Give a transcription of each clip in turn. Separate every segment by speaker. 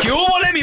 Speaker 1: ¿Qué hubo, le, mi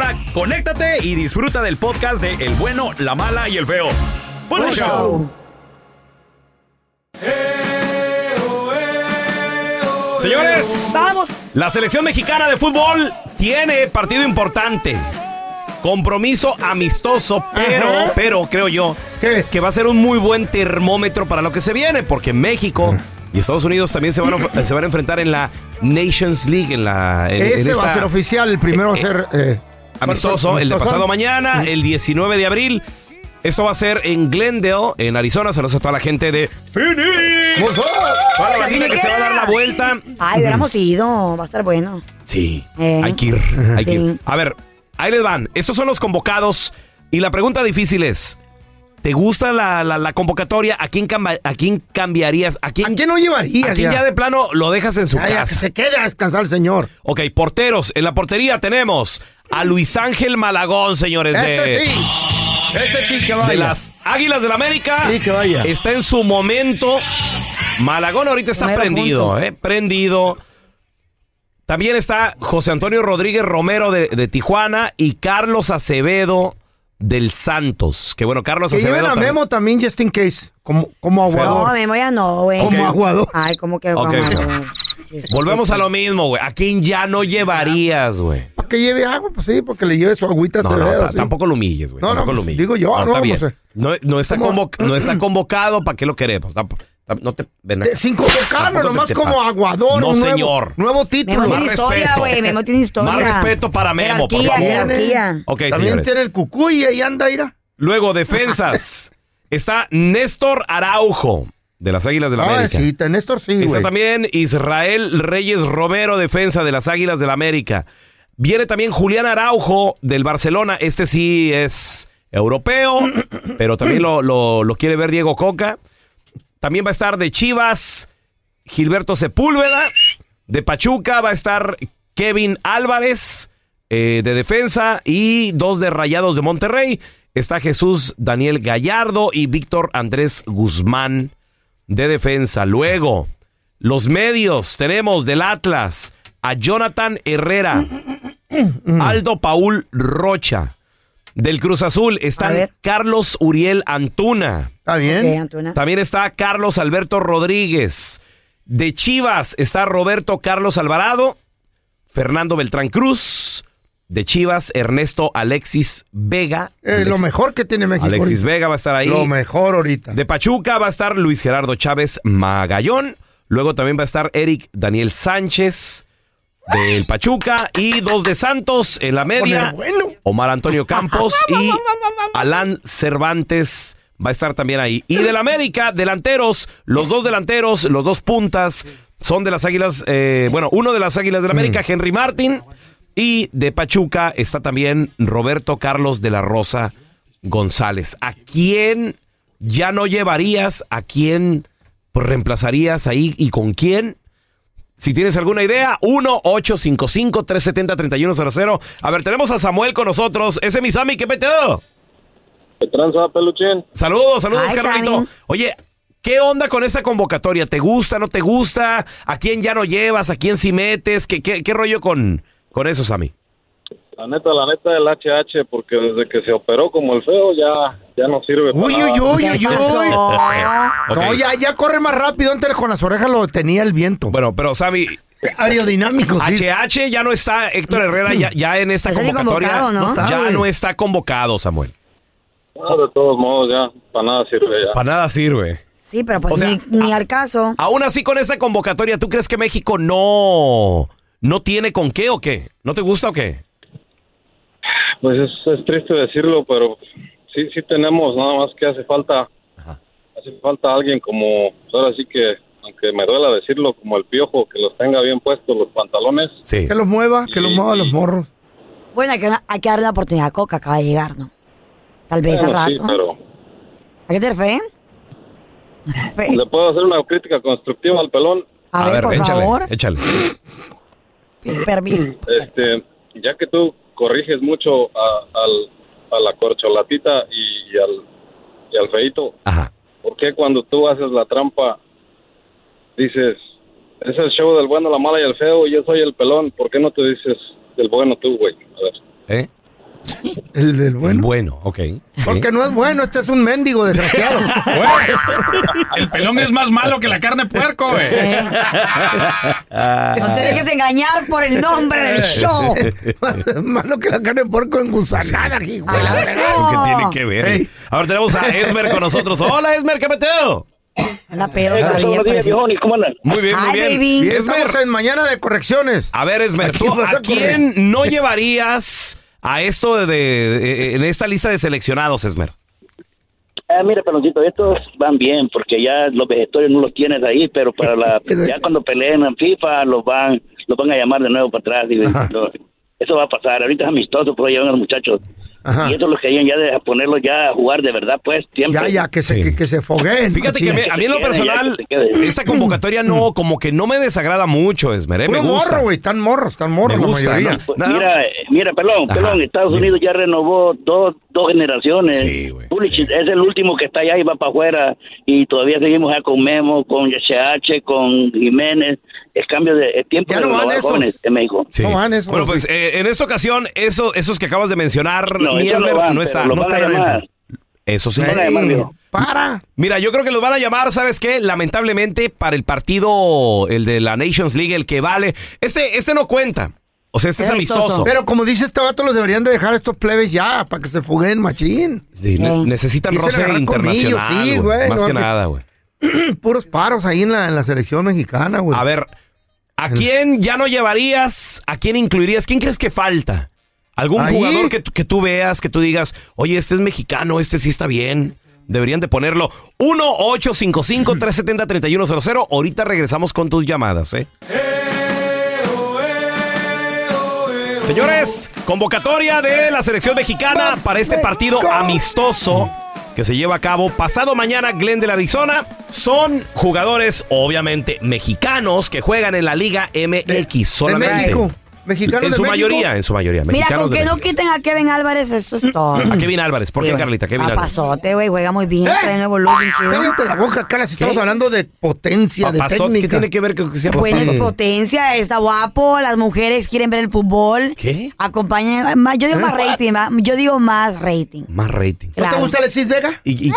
Speaker 1: conéctate y disfruta del podcast de El bueno, la mala y el feo. ¡Buen
Speaker 2: Buen
Speaker 1: show!
Speaker 2: show.
Speaker 1: Señores,
Speaker 2: Vamos.
Speaker 1: la selección mexicana de fútbol tiene partido importante. Compromiso amistoso, pero,
Speaker 3: Ajá.
Speaker 1: pero creo yo
Speaker 3: ¿Qué?
Speaker 1: que va a ser un muy buen termómetro para lo que se viene, porque México
Speaker 3: Ah.
Speaker 1: y Estados Unidos también se van a, enf- se van a enfrentar en la Nations League, en la en- en
Speaker 3: Ese va a
Speaker 1: esta-
Speaker 3: ser oficial, el primero va a
Speaker 1: eh,
Speaker 3: ser... eh,
Speaker 1: Amistoso, el de
Speaker 3: amistoso.
Speaker 1: pasado mañana, el 19 de abril. Esto va a ser en Glendale, en Arizona. Saludos a toda la gente de Phoenix. Para la gente que se va a dar la vuelta.
Speaker 2: Ay, hubiéramos ido. Va a estar bueno.
Speaker 1: Sí,
Speaker 2: Eh.
Speaker 1: hay que ir, hay que ir.
Speaker 2: Sí.
Speaker 1: A ver, ahí les van. Estos son los convocados. Y la pregunta difícil es, ¿te gusta la, la- la convocatoria? ¿A quién, camba- a quién cambiarías? ¿A quién,
Speaker 3: ¿A quién no llevarías
Speaker 1: a quién ya? de plano lo dejas en su
Speaker 3: Ya, ya, que
Speaker 1: casa?
Speaker 3: se quede a descansar el señor.
Speaker 1: Ok, porteros. En la portería tenemos a Luis Ángel Malagón, señores. de-
Speaker 3: Ese sí. Ese sí que vaya.
Speaker 1: de las Águilas del América.
Speaker 3: Sí, que vaya.
Speaker 1: Está en su momento. Malagón ahorita está
Speaker 2: Mero
Speaker 1: prendido,
Speaker 2: punto.
Speaker 1: eh, prendido. También está José Antonio Rodríguez Romero de, de Tijuana y Carlos Acevedo del Santos. Que bueno, Carlos
Speaker 3: Que lleven
Speaker 1: Acevedo.
Speaker 3: a
Speaker 1: también-
Speaker 3: Memo también, just in case. Como, como
Speaker 2: No,
Speaker 3: aguador.
Speaker 2: Memo ya no, güey.
Speaker 3: Como
Speaker 1: Ok.
Speaker 3: aguador.
Speaker 2: Ay, como que
Speaker 1: Ok,
Speaker 2: mamá, güey.
Speaker 1: Volvemos a lo mismo, güey. ¿A quién ya no llevarías, güey?
Speaker 3: Para que lleve agua, pues sí, porque le lleve su agüita
Speaker 1: No, no,
Speaker 3: Acevedo,
Speaker 1: ta-
Speaker 3: sí.
Speaker 1: tampoco lo humilles, güey.
Speaker 3: No, no,
Speaker 1: tampoco lo humilles.
Speaker 3: digo yo, no,
Speaker 1: está
Speaker 3: no
Speaker 1: bien.
Speaker 3: sé.
Speaker 1: No, no está
Speaker 3: ¿Cómo?
Speaker 1: convoc- no está convocado, ¿para qué lo queremos? Tampo- tam- no te, ven acá.
Speaker 3: De- Eh, Sin convocarlo,
Speaker 1: Tampoco te-
Speaker 3: nomás
Speaker 1: te
Speaker 3: como
Speaker 1: pases.
Speaker 3: aguador.
Speaker 1: No,
Speaker 3: un nuevo-
Speaker 1: señor.
Speaker 3: Nuevo título.
Speaker 2: Memo
Speaker 1: Más
Speaker 2: tiene historia,
Speaker 1: respeto.
Speaker 2: güey. Memo tiene historia.
Speaker 1: Más respeto para Memo, por
Speaker 2: Jerarquía,
Speaker 1: favor.
Speaker 2: jerarquía.
Speaker 1: Ok,
Speaker 3: También
Speaker 1: señores.
Speaker 3: tiene el cucuy y anda, ira.
Speaker 1: Luego, defensas. Está Néstor Araujo, de las Águilas del la
Speaker 3: Ah,
Speaker 1: América.
Speaker 3: sí, ten- Néstor sí,
Speaker 1: Está
Speaker 3: güey.
Speaker 1: también Israel Reyes Romero, defensa de las Águilas del la América. Viene también Julián Araujo, del Barcelona. Este sí es europeo, pero también lo, lo- lo quiere ver Diego Coca. También va a estar de Chivas, Gilberto Sepúlveda. De Pachuca va a estar Kevin Álvarez, eh, de defensa, y dos de Rayados de Monterrey. Está Jesús Daniel Gallardo y Víctor Andrés Guzmán, de defensa. Luego, los medios tenemos del Atlas a Jonathan Herrera, Aldo Paul Rocha. Del Cruz Azul
Speaker 2: A
Speaker 1: están
Speaker 2: ver.
Speaker 1: Carlos Uriel Antuna.
Speaker 3: Está bien.
Speaker 2: Ok, Antuna.
Speaker 1: También está Carlos Alberto Rodríguez. De Chivas está Roberto Carlos Alvarado, Fernando Beltrán Cruz. De Chivas, Ernesto Alexis Vega.
Speaker 3: Eh, lo
Speaker 1: Alex-
Speaker 3: mejor que tiene México.
Speaker 1: Alexis
Speaker 3: ahorita.
Speaker 1: Vega va a estar ahí.
Speaker 3: Lo mejor ahorita.
Speaker 1: De Pachuca va a estar Luis Gerardo Chávez Magallón. Luego también va a estar Eric Daniel Sánchez. del Pachuca y dos de Santos en la media. Omar Antonio Campos y Alan Cervantes va a estar también ahí. Y del América, delanteros, los dos delanteros, los dos puntas son de las Águilas, eh, bueno, uno de las Águilas del América, Henry Martin, y de Pachuca está también Roberto Carlos de la Rosa González. ¿A quién ya no llevarías? ¿A quién pues, reemplazarías ahí y con quién? Si tienes alguna idea, 1-855-370-3100. A ver, tenemos a Samuel con nosotros. Ese es mi Sammy, ¿qué peteo?
Speaker 4: ¿Qué tranza, peluchín?
Speaker 1: Saludos, saludos,
Speaker 2: Ay,
Speaker 1: Carlito.
Speaker 2: Sammy.
Speaker 1: Oye, ¿qué onda con esta convocatoria? ¿Te gusta, no te gusta? ¿A quién ya no llevas? ¿A quién sí metes? ¿Qué, qué, qué rollo con, con eso, Sammy?
Speaker 4: La neta, la neta del HH, porque desde que se operó como el feo ya, ya no sirve
Speaker 3: Uy,
Speaker 4: para
Speaker 3: uy,
Speaker 4: nada.
Speaker 3: uy, uy,
Speaker 2: ¿Qué
Speaker 3: uy.
Speaker 2: pasó?
Speaker 3: No,
Speaker 1: Ok.
Speaker 3: ya, ya corre más rápido. Antes con las orejas lo tenía el viento.
Speaker 1: Bueno, pero Sammy,
Speaker 3: Aerodinámico, sí.
Speaker 1: HH ya no está, Héctor Herrera ya, ya en esta
Speaker 2: Está
Speaker 1: convocatoria.
Speaker 2: Pues convocado, ¿no?
Speaker 3: está,
Speaker 1: ya
Speaker 3: güey.
Speaker 1: no está convocado, Samuel.
Speaker 4: No, Ah, de todos modos, ya, para nada sirve ya.
Speaker 1: Para nada sirve.
Speaker 2: Sí, pero pues
Speaker 1: O sea, ah.
Speaker 2: ni, ni
Speaker 1: a-
Speaker 2: al caso.
Speaker 1: Aún así, con esta convocatoria, ¿tú crees que México no, no tiene con qué o qué? ¿No te gusta o qué?
Speaker 4: Pues es, es triste decirlo, pero sí, sí tenemos nada más que hace falta. Hace falta alguien como, pues ahora sí que, aunque me duela decirlo, como el piojo, que los tenga bien puestos los pantalones.
Speaker 1: Sí.
Speaker 3: Que los mueva, que los mueva los morros.
Speaker 2: Bueno, hay que, hay que darle la oportunidad a Coca, acaba de llegar, ¿no? Tal vez
Speaker 4: Bueno,
Speaker 2: al
Speaker 4: sí,
Speaker 2: rato.
Speaker 4: pero
Speaker 2: ¿A qué te refieres? Fe-
Speaker 4: le puedo hacer una crítica constructiva al pelón.
Speaker 2: A, ver, por
Speaker 1: échale,
Speaker 2: favor,
Speaker 1: échale.
Speaker 2: pide permiso.
Speaker 4: Este, ya que tú corriges mucho a, al- a la corcholatita y, y al, y al feito,
Speaker 1: Ajá.
Speaker 4: ¿por qué cuando tú haces la trampa dices, es el show del bueno, la mala y el feo, y yo soy el pelón? ¿Por qué no te dices del bueno tú, güey? A ver.
Speaker 1: ¿Eh?
Speaker 3: El, el
Speaker 1: El
Speaker 3: bueno.
Speaker 1: bueno, ok. Sí.
Speaker 3: Porque no es bueno, este es un mendigo desgraciado.
Speaker 5: El pelón es más malo que la carne de puerco, güey.
Speaker 2: No te dejes engañar por el nombre
Speaker 1: Eh.
Speaker 2: del show.
Speaker 3: Más Malo que la carne de porco en gusanada,
Speaker 2: Ah,
Speaker 3: hijuela.
Speaker 1: ¿Eso qué tiene que ver?
Speaker 3: Ey.
Speaker 1: Ahora tenemos a Esmer con nosotros. Hola, Esmer, ¿qué meteo?
Speaker 2: Anda pedo todavía. parece.
Speaker 4: ¿Cómo andan?
Speaker 1: Muy bien, muy
Speaker 2: Hi,
Speaker 1: bien.
Speaker 2: baby.
Speaker 3: Bien, Estamos
Speaker 1: Esmer,
Speaker 3: en mañana de correcciones.
Speaker 1: a ver, Esmer,
Speaker 3: Aquí
Speaker 1: ¿tú
Speaker 3: vas a
Speaker 1: a quién no llevarías a esto de, de- de- en esta lista de seleccionados, Esmer?
Speaker 6: Ah, mira, peloncito, estos van bien porque ya los vegetarios no los tienes ahí, pero para la ya cuando peleen en FIFA los van los van a llamar de nuevo para atrás. digo, no, eso va a pasar. Ahorita es amistoso, pero llevan a los muchachos.
Speaker 3: Ajá.
Speaker 6: Y eso los querían ya de, a ponerlos ya a jugar de verdad, pues, siempre.
Speaker 3: Ya, ya, que se,
Speaker 1: Sí.
Speaker 3: que, que se fogueen.
Speaker 1: Fíjate que me-
Speaker 3: machín.
Speaker 1: a mí en lo
Speaker 6: Que se quede,
Speaker 1: personal,
Speaker 6: ya, que se quede.
Speaker 1: esta convocatoria no, como que no me desagrada mucho, Esmer. ¿eh? Me
Speaker 3: Mm. Puro
Speaker 1: gusta.
Speaker 3: morro, güey. Están morros, están morros
Speaker 1: Me
Speaker 3: la
Speaker 1: gusta,
Speaker 3: mayoría.
Speaker 1: ¿no?
Speaker 6: Pues, Mira, eh, mira, pelón,
Speaker 1: Ajá,
Speaker 6: pelón, Estados
Speaker 1: dime.
Speaker 6: Unidos ya renovó dos, dos generaciones.
Speaker 1: Sí, güey,
Speaker 6: Pulisic
Speaker 1: sí.
Speaker 6: es el último que está allá y va para afuera. Y todavía seguimos ya con Memo, con YCH, con Jiménez. Es cambio de es tiempo
Speaker 3: Ya
Speaker 6: de
Speaker 3: no
Speaker 6: los
Speaker 3: van esos.
Speaker 6: jóvenes en México.
Speaker 1: Sí.
Speaker 3: No van esos,
Speaker 1: bueno, pues
Speaker 3: sí.
Speaker 1: eh, en esta ocasión, eso, esos que acabas de mencionar,
Speaker 6: No,
Speaker 1: ni
Speaker 6: esos no
Speaker 1: Esmer,
Speaker 6: van,
Speaker 1: no
Speaker 6: pero
Speaker 1: está.
Speaker 6: los
Speaker 1: no
Speaker 6: van a
Speaker 1: está
Speaker 6: llamar.
Speaker 1: dentro. Eso sí.
Speaker 3: Ey,
Speaker 6: Hola, Mario.
Speaker 3: para.
Speaker 1: Mira, yo creo que los van a llamar, ¿sabes qué? Lamentablemente para el partido, el de la Nations League, el que vale. Este, este no cuenta. O sea, este es
Speaker 2: Es
Speaker 1: amistoso.
Speaker 2: amistoso.
Speaker 3: Pero como dice este vato, los deberían de dejar estos plebes ya, para que se fogueen, machín.
Speaker 1: Sí, ne-
Speaker 2: Ey.
Speaker 1: necesitan
Speaker 3: Dicen
Speaker 1: roce
Speaker 3: Eh, agarrar colmillo,
Speaker 1: internacional.
Speaker 3: sí,
Speaker 1: güey,
Speaker 3: güey, no,
Speaker 1: más que
Speaker 3: es que-
Speaker 1: nada, güey.
Speaker 3: Puros paros ahí en la, en la selección mexicana, güey.
Speaker 1: A ver, ¿a quién ya no llevarías? ¿A quién incluirías? ¿Quién crees que falta? ¿Algún
Speaker 3: Ahí.
Speaker 1: jugador que, tú- que tú veas, que tú digas, oye, este es mexicano, este sí está bien? Deberían de ponerlo. 1-855-370-3100. Ahorita regresamos con tus llamadas, ¿eh? Señores, convocatoria de la selección mexicana para este partido amistoso que se lleva a cabo pasado mañana Glendale, Arizona. Son jugadores, obviamente, mexicanos que juegan en la Liga MX
Speaker 3: de
Speaker 1: solamente.
Speaker 3: México. Mexicanos
Speaker 1: en
Speaker 3: de
Speaker 1: su
Speaker 3: México.
Speaker 1: mayoría, en su mayoría.
Speaker 2: Mira,
Speaker 1: mexicanos
Speaker 2: con
Speaker 1: de
Speaker 2: que no
Speaker 1: México.
Speaker 2: quiten a Kevin Álvarez, eso es todo.
Speaker 1: A Kevin Álvarez. ¿Por qué, Carlita? Kevin
Speaker 3: Ah,
Speaker 1: Álvarez.
Speaker 2: Papazote, güey, juega muy bien,
Speaker 3: ¡Eh!
Speaker 2: trae nuevo look, bien chido.
Speaker 3: Cállate la boca, cara, si estamos hablando de potencia, de
Speaker 1: Papazot, ¿Qué
Speaker 3: técnica.
Speaker 1: tiene que ver con que sea
Speaker 2: Pues es
Speaker 1: papazot?
Speaker 2: potencia, está guapo, las mujeres quieren ver el fútbol.
Speaker 1: ¿Qué?
Speaker 2: Acompañan, más- yo digo más rating, ma- yo digo más rating.
Speaker 1: Más rating.
Speaker 3: ¿Eh? ¿No te
Speaker 2: Claro.
Speaker 3: gusta Alexis Vega?
Speaker 1: Y, y-
Speaker 3: ¿Eh?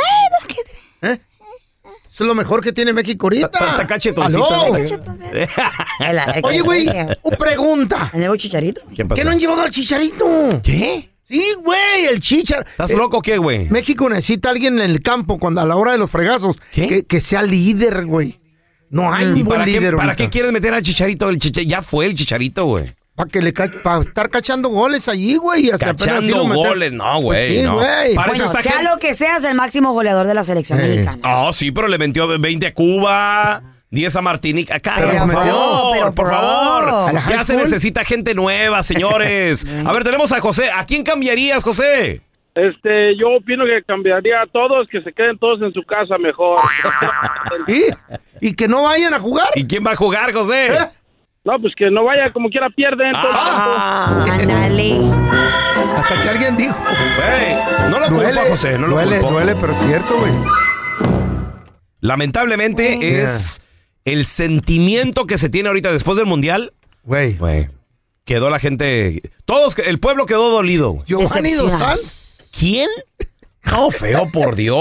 Speaker 3: Es lo mejor que tiene México ahorita.
Speaker 1: ta- ta- ta cachetoncito,
Speaker 3: Aló.
Speaker 1: ta-
Speaker 2: El- el-
Speaker 3: Oye, güey, una pregunta.
Speaker 2: ¿El nuevo chicharito?
Speaker 1: ¿Quién pasó?
Speaker 3: ¿Qué no han llevado al chicharito?
Speaker 1: ¿Qué?
Speaker 3: Sí, güey, el chichar.
Speaker 1: ¿Estás
Speaker 3: Eh,
Speaker 1: loco o qué, güey?
Speaker 3: México necesita a alguien en el campo cuando a la hora de los fregazos
Speaker 1: ¿Qué?
Speaker 3: Que, que sea líder, güey. No hay
Speaker 1: ¿Y
Speaker 3: un buen
Speaker 1: para qué,
Speaker 3: líder.
Speaker 1: ¿Para qué quieres meter al chicharito? El Chicha- ya fue el chicharito, güey.
Speaker 3: Para que le ca- pa estar cachando goles allí, güey. y hasta apenas así lo
Speaker 1: Cachando
Speaker 3: meter-
Speaker 1: goles, no, güey.
Speaker 3: Pues sí,
Speaker 1: no.
Speaker 3: güey.
Speaker 1: Para eso
Speaker 2: Bueno,
Speaker 1: está
Speaker 2: sea
Speaker 1: que-
Speaker 2: lo que seas el máximo goleador de la selección
Speaker 3: Eh.
Speaker 2: mexicana.
Speaker 1: Ah, sí, pero le metió 20 a Cuba, 10 a Martinica. Acá,
Speaker 3: Pero
Speaker 1: por
Speaker 3: bro,
Speaker 1: favor,
Speaker 2: pero
Speaker 1: por
Speaker 2: bro.
Speaker 1: favor.
Speaker 3: ¿A la
Speaker 1: Ya
Speaker 3: high
Speaker 1: se
Speaker 3: school?
Speaker 1: necesita gente nueva, señores. A ver, tenemos a José. ¿A quién cambiarías, José?
Speaker 7: Este, yo opino que cambiaría a todos, que se queden todos en su casa mejor.
Speaker 3: ¿Sí? Y que no vayan a jugar.
Speaker 1: ¿Y quién va a jugar, José?
Speaker 3: ¿Eh?
Speaker 7: No, pues que no vaya, como quiera pierden.
Speaker 1: Ah,
Speaker 2: Ándale.
Speaker 3: Hasta que alguien dijo.
Speaker 1: güey, no lo
Speaker 3: Duele,
Speaker 1: culpo, José, no lo
Speaker 3: duele,
Speaker 1: culpo.
Speaker 3: duele, pero es cierto, güey.
Speaker 1: Lamentablemente es el sentimiento que se tiene ahorita después del Mundial.
Speaker 3: Güey.
Speaker 1: Güey, quedó la gente... Todos, el pueblo quedó dolido. güey.
Speaker 3: Giovanni Dosal.
Speaker 1: ¿Quién? No, feo, por Dios.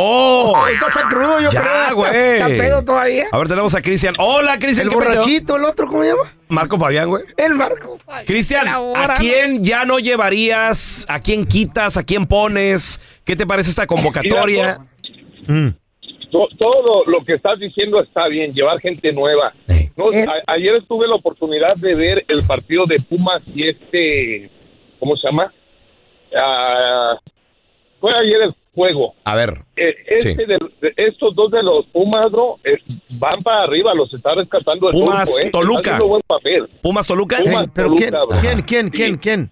Speaker 3: Está tan crudo, yo
Speaker 1: Ya,
Speaker 3: creo.
Speaker 1: güey.
Speaker 3: Está pedo todavía.
Speaker 1: A ver, tenemos a Cristian. Hola, Cristian.
Speaker 3: El
Speaker 1: ¿qué pedo?
Speaker 3: borrachito, el otro, ¿cómo se llama?
Speaker 1: Marco Fabián, güey.
Speaker 3: El barco.
Speaker 1: Cristian, ¿a quién ya no llevarías? ¿A quién quitas? ¿A quién pones? ¿Qué te parece esta convocatoria?
Speaker 7: To- todo lo que estás diciendo está bien, llevar gente nueva.
Speaker 1: Ey.
Speaker 7: No, a- ayer tuve la oportunidad de ver el partido de Pumas y este, ¿cómo se llama? Ah, fue ayer el juego.
Speaker 1: A ver.
Speaker 7: Eh, este
Speaker 1: Sí.
Speaker 7: de, de estos dos de los Pumas, bro, es- van para arriba, los está rescatando el
Speaker 1: Pumas,
Speaker 7: grupo, eh. Está
Speaker 1: Toluca.
Speaker 7: haciendo buen papel.
Speaker 1: ¿Pumas Toluca?
Speaker 7: Pumas.
Speaker 3: Ey, pero ¿quién,
Speaker 7: Toluca, bro.
Speaker 3: quién, quién,
Speaker 7: Sí.
Speaker 3: quién, quién?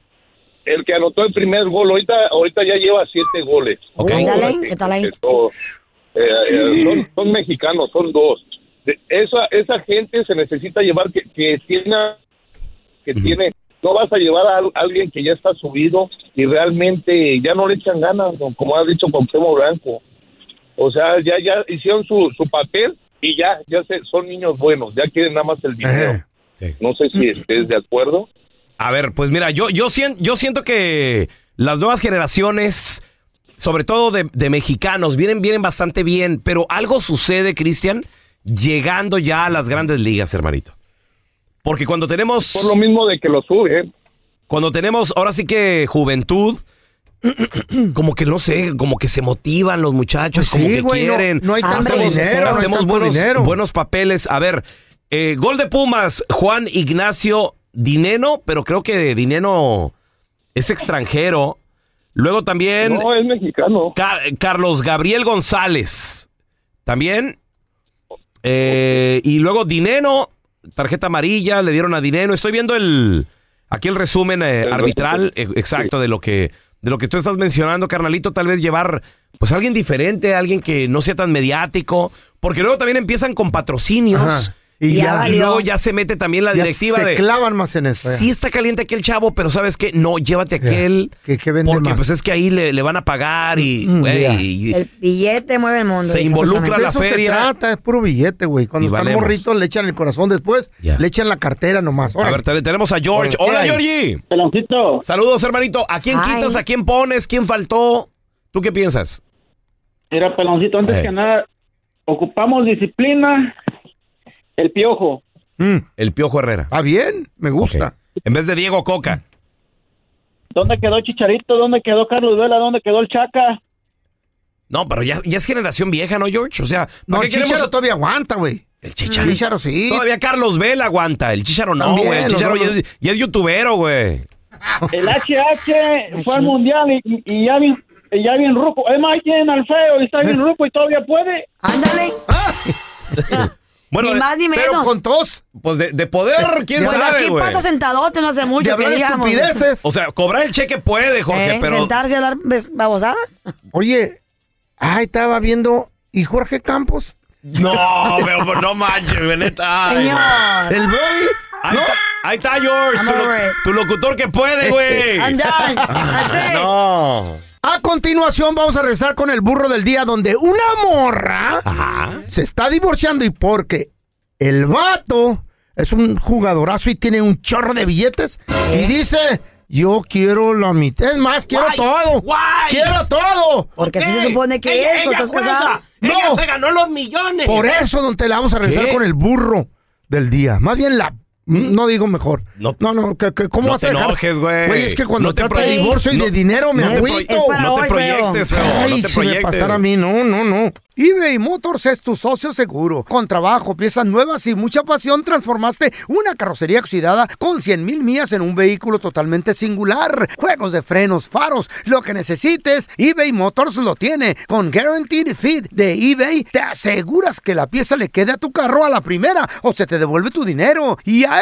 Speaker 7: El que anotó el primer gol, ahorita, ahorita ya lleva siete goles.
Speaker 1: Ok.
Speaker 2: Ándale, ¿qué tal ahí?
Speaker 7: Esto, eh, eh, son, son mexicanos, son dos. De- esa, esa gente se necesita llevar que, que tiene, que tiene, no vas a llevar a al- alguien que ya está subido y realmente ya no le echan ganas, ¿no? como ha dicho Cuauhtémoc Blanco. O sea, ya, ya hicieron su, su papel y ya, ya se, son niños buenos, ya quieren nada más el dinero.
Speaker 3: Ajá.
Speaker 1: Sí.
Speaker 7: No sé si estés de acuerdo.
Speaker 1: A ver, pues mira, yo, yo, sien- yo siento que las nuevas generaciones, sobre todo de, de mexicanos, vienen, vienen bastante bien, pero algo sucede, Cristian, llegando ya a las grandes ligas, hermanito. Porque cuando tenemos...
Speaker 7: Por lo mismo de que lo suben.
Speaker 1: cuando tenemos ahora sí que juventud, como que no sé, como que se motivan los muchachos,
Speaker 3: Pues
Speaker 1: como
Speaker 3: sí,
Speaker 1: que
Speaker 3: güey, no-
Speaker 1: quieren.
Speaker 3: no hay tanto
Speaker 1: hacemos
Speaker 3: dinero, no hay
Speaker 1: hacemos
Speaker 3: tanto
Speaker 1: buenos,
Speaker 3: dinero.
Speaker 1: buenos papeles. A ver, eh, gol de Pumas, Juan Ignacio Dineno, pero creo que Dineno es extranjero. Luego también
Speaker 7: No, es mexicano.
Speaker 1: Car- Carlos Gabriel González. También. Eh, y luego Dineno, tarjeta amarilla, le dieron a Dineno. Estoy viendo el aquí el resumen eh,
Speaker 7: El
Speaker 1: arbitral eh, exacto de lo que de lo que tú estás mencionando, carnalito, tal vez llevar pues alguien diferente, alguien que no sea tan mediático, porque luego también empiezan con patrocinios
Speaker 3: Ajá.
Speaker 1: y,
Speaker 3: Y
Speaker 2: ya
Speaker 1: ya- y
Speaker 2: valió.
Speaker 1: luego ya se mete también la
Speaker 3: Ya
Speaker 1: directiva
Speaker 3: se
Speaker 1: de
Speaker 3: clavan más en eso. ya.
Speaker 1: Sí está caliente aquel chavo, pero ¿sabes qué? No, llévate
Speaker 3: Ya,
Speaker 1: aquel.
Speaker 3: que- que vende
Speaker 1: porque
Speaker 3: más.
Speaker 1: pues es que ahí le, le van a pagar y,
Speaker 3: Mm,
Speaker 1: güey,
Speaker 3: ya.
Speaker 1: y-
Speaker 2: El billete mueve el mundo.
Speaker 1: Se
Speaker 2: dicen.
Speaker 1: involucra
Speaker 3: Pues,
Speaker 1: la
Speaker 3: de eso se
Speaker 1: feria.
Speaker 3: trata, es puro billete, güey. Cuando
Speaker 1: Y
Speaker 3: están
Speaker 1: valemos.
Speaker 3: morritos le echan el corazón después,
Speaker 1: Ya.
Speaker 3: le echan la cartera nomás.
Speaker 1: A
Speaker 3: Órale.
Speaker 1: ver, te- tenemos a George.
Speaker 3: Órale,
Speaker 1: Hola,
Speaker 3: ¿qué hay?
Speaker 1: Georgie.
Speaker 8: Peloncito,
Speaker 1: Saludos, hermanito. ¿A quién
Speaker 2: Ay.
Speaker 1: quitas? ¿A quién pones? ¿Quién faltó? ¿Tú qué piensas? Eh.
Speaker 8: Mira, peloncito, antes
Speaker 1: Ey.
Speaker 8: que nada, ocupamos disciplina, el piojo.
Speaker 3: Mm,
Speaker 1: El Piojo Herrera.
Speaker 3: está bien, me gusta.
Speaker 1: Ok. En vez de Diego Coca.
Speaker 8: ¿Dónde quedó Chicharito? ¿Dónde quedó Carlos Vela? ¿Dónde quedó el Chaca?
Speaker 1: No, pero ya, ya es generación vieja, ¿no, George? O sea, ¿para
Speaker 3: No,
Speaker 1: qué
Speaker 3: el Chicharo
Speaker 1: queremos-
Speaker 3: todavía aguanta, güey.
Speaker 1: El
Speaker 3: Chicharo.
Speaker 1: Chicharo.
Speaker 3: sí.
Speaker 1: Todavía Carlos Vela aguanta. El Chicharo no,
Speaker 3: También,
Speaker 1: güey. El
Speaker 3: los
Speaker 1: Chicharo
Speaker 3: dos
Speaker 1: ya
Speaker 3: los-
Speaker 1: es, ya es youtubero, güey.
Speaker 8: El HH fue al mundial y, y- y ya bien, y ya bien ruco. Es más, ahí tienen al feo y está
Speaker 3: Eh.
Speaker 8: bien ruco y todavía puede.
Speaker 2: Ándale.
Speaker 1: Bueno,
Speaker 2: ni más ni menos.
Speaker 3: Pero con tos,
Speaker 1: pues de, de poder, quién
Speaker 2: O sea,
Speaker 1: sabe,
Speaker 2: aquí
Speaker 1: güey.
Speaker 2: pasa sentadote no hace mucho.
Speaker 3: de hablar
Speaker 2: que
Speaker 3: de
Speaker 2: digamos.
Speaker 3: estupideces.
Speaker 1: O sea, cobrar el cheque puede, Jorge,
Speaker 2: ¿Eh?
Speaker 1: pero
Speaker 2: Sentarse a hablar bes- babosadas.
Speaker 3: Oye, ay, estaba viendo. ¿Y Jorge Campos?
Speaker 1: No, pero no manches, güey, neta. Ay,
Speaker 2: Señor.
Speaker 3: El Brody.
Speaker 1: Ahí, está, ahí está George,
Speaker 2: I'm
Speaker 1: tu, lo-
Speaker 2: over it.
Speaker 1: tu locutor que puede, güey.
Speaker 2: I'm done. That's it.
Speaker 1: No.
Speaker 3: A continuación vamos a regresar con el burro del día donde una morra se está divorciando y porque el vato es un jugadorazo y tiene un chorro de billetes y dice, yo quiero la mitad, es más, quiero
Speaker 1: Guay,
Speaker 3: todo,
Speaker 1: guay.
Speaker 3: quiero todo.
Speaker 2: Porque así se supone que es. ¿no ¿Estás casada?
Speaker 3: Ella No. se
Speaker 1: ganó los millones.
Speaker 3: Por eso, don Tela, vamos a regresar
Speaker 1: ¿Qué? ¿Mm?
Speaker 3: con el burro del día, más bien la No digo mejor. No, no, que- que- ¿cómo
Speaker 1: no
Speaker 3: vas
Speaker 1: te
Speaker 3: a dejar?
Speaker 1: enojes, güey.
Speaker 3: es que cuando
Speaker 1: No te
Speaker 3: trata de
Speaker 1: proye-
Speaker 3: divorcio y
Speaker 1: no-
Speaker 3: de dinero me
Speaker 1: no te
Speaker 3: agüito.
Speaker 1: proye- no te proyectes, feo, no
Speaker 3: Ay,
Speaker 1: te
Speaker 3: si me
Speaker 1: proyectes.
Speaker 3: pasara a mí, no, no, no. eBay Motors es tu socio seguro. Con trabajo, piezas nuevas y mucha pasión, transformaste una carrocería oxidada con 100 mil millas en un vehículo totalmente singular. Juegos de frenos, faros, lo que necesites, eBay Motors lo tiene. Con Guaranteed Fit de eBay, te aseguras que la pieza le quede a tu carro a la primera o se te devuelve tu dinero. Y a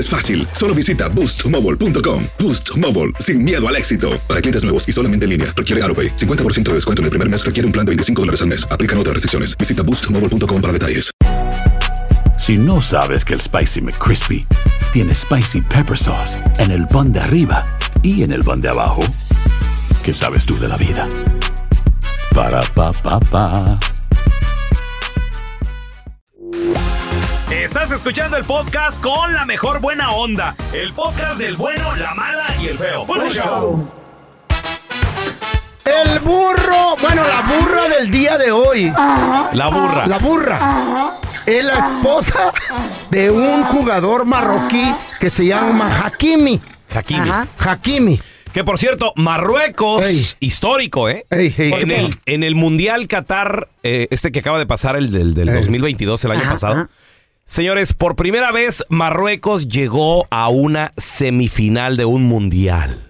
Speaker 9: es fácil. Solo visita boostmobile.com. Boost Mobile, sin miedo al éxito. Para clientes nuevos y solamente en línea, requiere AroPay. 50% de descuento en el primer mes requiere un plan de 25 dólares al mes. Aplican otras restricciones. Visita boostmobile.com para detalles.
Speaker 10: Si no sabes que el Spicy McCrispy tiene Spicy Pepper Sauce en el pan de arriba y en el pan de abajo, ¿qué sabes tú de la vida? Para, pa, pa, pa.
Speaker 1: Estás escuchando el podcast con la mejor buena onda. El podcast del bueno, la mala y el feo. Bueno, show.
Speaker 3: El burro, bueno, la burra del día de hoy.
Speaker 1: La burra.
Speaker 3: La burra. Es la esposa de un jugador marroquí que se llama Hakimi.
Speaker 1: Hakimi.
Speaker 3: Hakimi.
Speaker 1: Que por cierto, Marruecos, histórico, ¿eh?
Speaker 3: ey.
Speaker 1: en, el, en el Mundial Qatar, eh, este que acaba de pasar, el del, del 2022, el año pasado. Señores, por primera vez Marruecos llegó a una semifinal de un Mundial.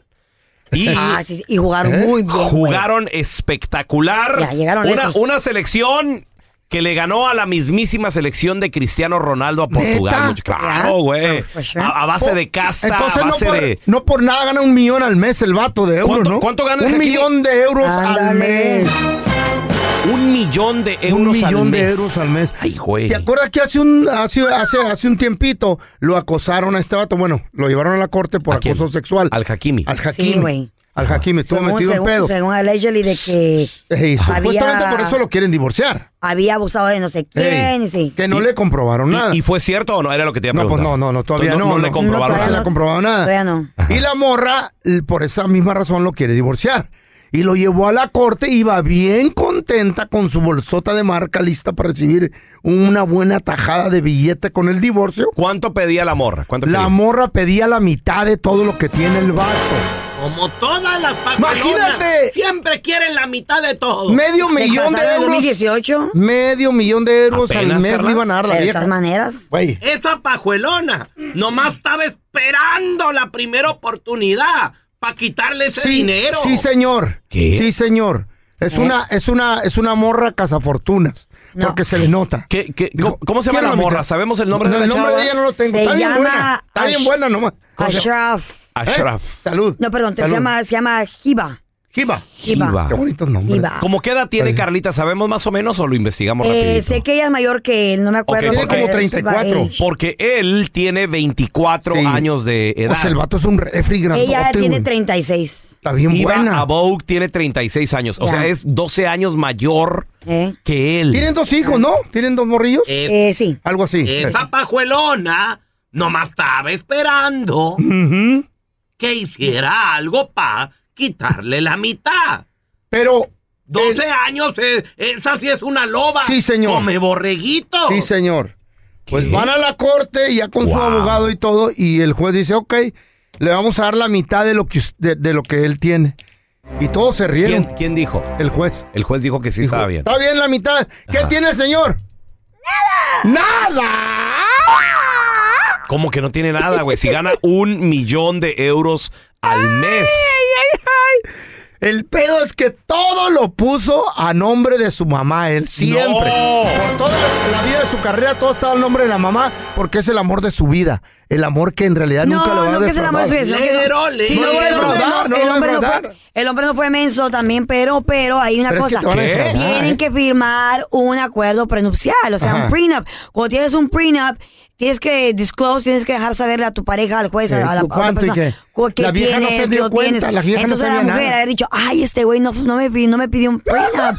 Speaker 1: Y,
Speaker 2: Ah, sí, sí, y
Speaker 3: ¿Eh?
Speaker 2: jugaron muy bien, güey.
Speaker 1: Jugaron espectacular.
Speaker 2: Ya, llegaron
Speaker 1: una,
Speaker 2: lejos.
Speaker 1: una selección que le ganó a la mismísima selección de Cristiano Ronaldo a Portugal.
Speaker 3: ¿Neta? Ah, pues,
Speaker 1: mucho- Claro, güey. A, a base de casta,
Speaker 3: ¿eh? Entonces
Speaker 1: a base
Speaker 3: no, por,
Speaker 1: de...
Speaker 3: no por nada gana un millón al mes el vato de euros,
Speaker 1: ¿Cuánto-
Speaker 3: ¿no?
Speaker 1: cuánto gana el
Speaker 3: Un
Speaker 1: Hakimi?
Speaker 3: millón de euros al
Speaker 1: Ándale.
Speaker 3: mes.
Speaker 1: Un millón de euros
Speaker 3: Un
Speaker 1: al
Speaker 3: millón
Speaker 1: mes.
Speaker 3: de euros al mes.
Speaker 1: Ay, güey.
Speaker 3: ¿Te acuerdas que hace un, hace, hace, hace un tiempito lo acosaron a este vato? Bueno, lo llevaron a la corte por
Speaker 1: ¿A quién?
Speaker 3: acoso sexual.
Speaker 1: Al Hakimi.
Speaker 3: Al Hakimi.
Speaker 2: Sí, güey.
Speaker 3: al Hakimi estuvo
Speaker 2: Según,
Speaker 3: metido en
Speaker 2: según,
Speaker 3: pedo.
Speaker 2: según allegedly de que
Speaker 3: Ey, supuestamente
Speaker 2: había-
Speaker 3: por eso lo quieren divorciar.
Speaker 2: había abusado de no sé quién
Speaker 3: Ey,
Speaker 2: y sí.
Speaker 3: Que no le comprobaron nada.
Speaker 1: ¿Y, y fue cierto o no? Era lo que te iba a
Speaker 3: No, pues
Speaker 1: preguntar.
Speaker 3: no, no, no, todavía
Speaker 1: Entonces,
Speaker 3: no.
Speaker 1: le comprobaron
Speaker 3: no,
Speaker 1: nada.
Speaker 3: todavía no ha comprobado nada.
Speaker 2: Todavía no.
Speaker 3: Y la morra, l- por esa misma razón, lo quiere divorciar. Y lo llevó a la corte y va bien contenta con su bolsota de marca lista para recibir una buena tajada de billete con el divorcio.
Speaker 1: ¿Cuánto pedía la morra? ¿Cuánto
Speaker 3: La
Speaker 1: pedía?
Speaker 3: morra pedía la mitad de todo lo que tiene el vato.
Speaker 11: Como todas las papelonas,
Speaker 3: Imagínate.
Speaker 11: siempre quieren la mitad de todo.
Speaker 3: Medio
Speaker 2: Se
Speaker 3: millón de
Speaker 2: casaron en
Speaker 3: euros.
Speaker 2: 2018.
Speaker 3: Medio millón de euros al
Speaker 1: Apenas,
Speaker 3: mes
Speaker 1: Carla.
Speaker 3: le iban a dar la
Speaker 2: Pero de todas
Speaker 3: vieja.
Speaker 2: maneras.
Speaker 3: Güey,
Speaker 11: Esa pajuelona nomás estaba esperando la primera oportunidad para quitarle ese
Speaker 3: Sí,
Speaker 11: dinero.
Speaker 3: sí, señor.
Speaker 1: ¿Qué?
Speaker 3: Sí, señor. Es una, es una, es una morra cazafortunas.
Speaker 2: ¿Eh? No.
Speaker 3: Porque se le nota.
Speaker 1: ¿Qué- qué-
Speaker 3: Dijo,
Speaker 1: cómo- cómo se llama
Speaker 3: "Quiero
Speaker 1: la morra?
Speaker 3: mitad".
Speaker 1: ¿Sabemos el nombre de la
Speaker 3: El nombre
Speaker 1: chava?
Speaker 3: de ella no lo tengo.
Speaker 2: Se
Speaker 3: Está bien
Speaker 2: llama
Speaker 3: buena. Está bien
Speaker 2: Ash-
Speaker 3: buena nomás.
Speaker 2: Ashraf.
Speaker 1: Ashraf.
Speaker 3: Eh, Salud.
Speaker 2: No, perdón, te se
Speaker 3: Salud.
Speaker 2: llama, se llama Jiba.
Speaker 3: Jiba.
Speaker 1: Jiba.
Speaker 2: Jiba.
Speaker 3: Qué bonitos nombres.
Speaker 2: Jiba.
Speaker 1: ¿Cómo qué edad tiene
Speaker 3: Está bien.
Speaker 1: Carlita? ¿Sabemos más o menos o lo investigamos
Speaker 2: Eh,
Speaker 1: rapidito?
Speaker 2: sé que ella es mayor que él, no me acuerdo.
Speaker 1: Ok,
Speaker 2: porque
Speaker 1: tiene
Speaker 3: como
Speaker 2: era Jiba
Speaker 3: 34.
Speaker 2: age.
Speaker 1: Porque él tiene 24
Speaker 3: Sí.
Speaker 1: años de edad.
Speaker 3: Pues el vato es un refri grandote,
Speaker 2: Ella tiene
Speaker 3: güey.
Speaker 2: 36.
Speaker 3: Está bien
Speaker 1: Iba
Speaker 3: buena.
Speaker 1: Abou tiene 36 años. O
Speaker 2: Ya.
Speaker 1: sea, es 12 años mayor
Speaker 2: ¿Eh?
Speaker 1: que él.
Speaker 3: Tienen dos hijos, ¿no? ¿Tienen dos morrillos?
Speaker 11: Es-
Speaker 2: Eh, sí.
Speaker 3: Algo así.
Speaker 11: esa pajuelona nomás estaba esperando que hiciera algo para quitarle la mitad.
Speaker 3: Pero,
Speaker 11: 12 años, eh, esa sí es una loba.
Speaker 3: Sí, señor.
Speaker 11: Come borreguito.
Speaker 3: sí, señor. Pues
Speaker 1: ¿Qué?
Speaker 3: van a la corte ya con su
Speaker 1: Wow.
Speaker 3: abogado y todo, y el juez dice, ok, le vamos a dar la mitad de lo que, us- de, de lo que él tiene. Y todos se
Speaker 1: ¿Quién,
Speaker 3: rieron.
Speaker 1: quién dijo?
Speaker 3: El juez.
Speaker 1: El juez dijo que sí
Speaker 3: Dijo,
Speaker 1: estaba bien.
Speaker 3: Está bien la mitad. ¿Qué tiene el señor? ¡Nada! ¡Nada!
Speaker 1: ¿Cómo que no tiene nada, güey? Si gana un millón de euros al mes.
Speaker 3: El pedo es que todo lo puso a nombre de su mamá, él siempre.
Speaker 1: ¡No!
Speaker 3: Por toda la vida de su carrera, todo estaba al nombre de la mamá, porque es el amor de su vida. El amor que en realidad
Speaker 2: No,
Speaker 3: nunca lo va a
Speaker 2: no, que se enamoró de su
Speaker 3: defraudar.
Speaker 2: vieja, no, que no.
Speaker 11: Lero,
Speaker 2: Sí,
Speaker 3: lero.
Speaker 2: no, el hombre
Speaker 3: No,
Speaker 2: no,
Speaker 3: no,
Speaker 2: el
Speaker 3: no,
Speaker 2: hombre no
Speaker 3: verdad.
Speaker 2: fue, el hombre no fue menso también, pero, pero hay una
Speaker 3: Pero es que
Speaker 2: cosa.
Speaker 3: te van a defraudar,
Speaker 2: Tienen
Speaker 3: ¿eh?
Speaker 2: que firmar un acuerdo prenupcial, o sea,
Speaker 3: Ajá.
Speaker 2: un prenup. Cuando tienes un prenup, Tienes que disclose, tienes que dejar saberle a tu pareja, al juez, a, a la a
Speaker 3: ¿Tú
Speaker 2: otra
Speaker 3: Eh, cuánto y
Speaker 2: persona.
Speaker 3: qué?
Speaker 2: cu- ¿Qué
Speaker 3: La vieja no se
Speaker 2: tienes?
Speaker 3: dio
Speaker 2: ¿Qué
Speaker 3: cuenta,
Speaker 2: tienes?
Speaker 3: la vieja no
Speaker 2: Entonces la
Speaker 3: sabía
Speaker 2: mujer
Speaker 3: nada.
Speaker 2: ha dicho, ay, este güey no, no, me, pi- no me pidió un prenup.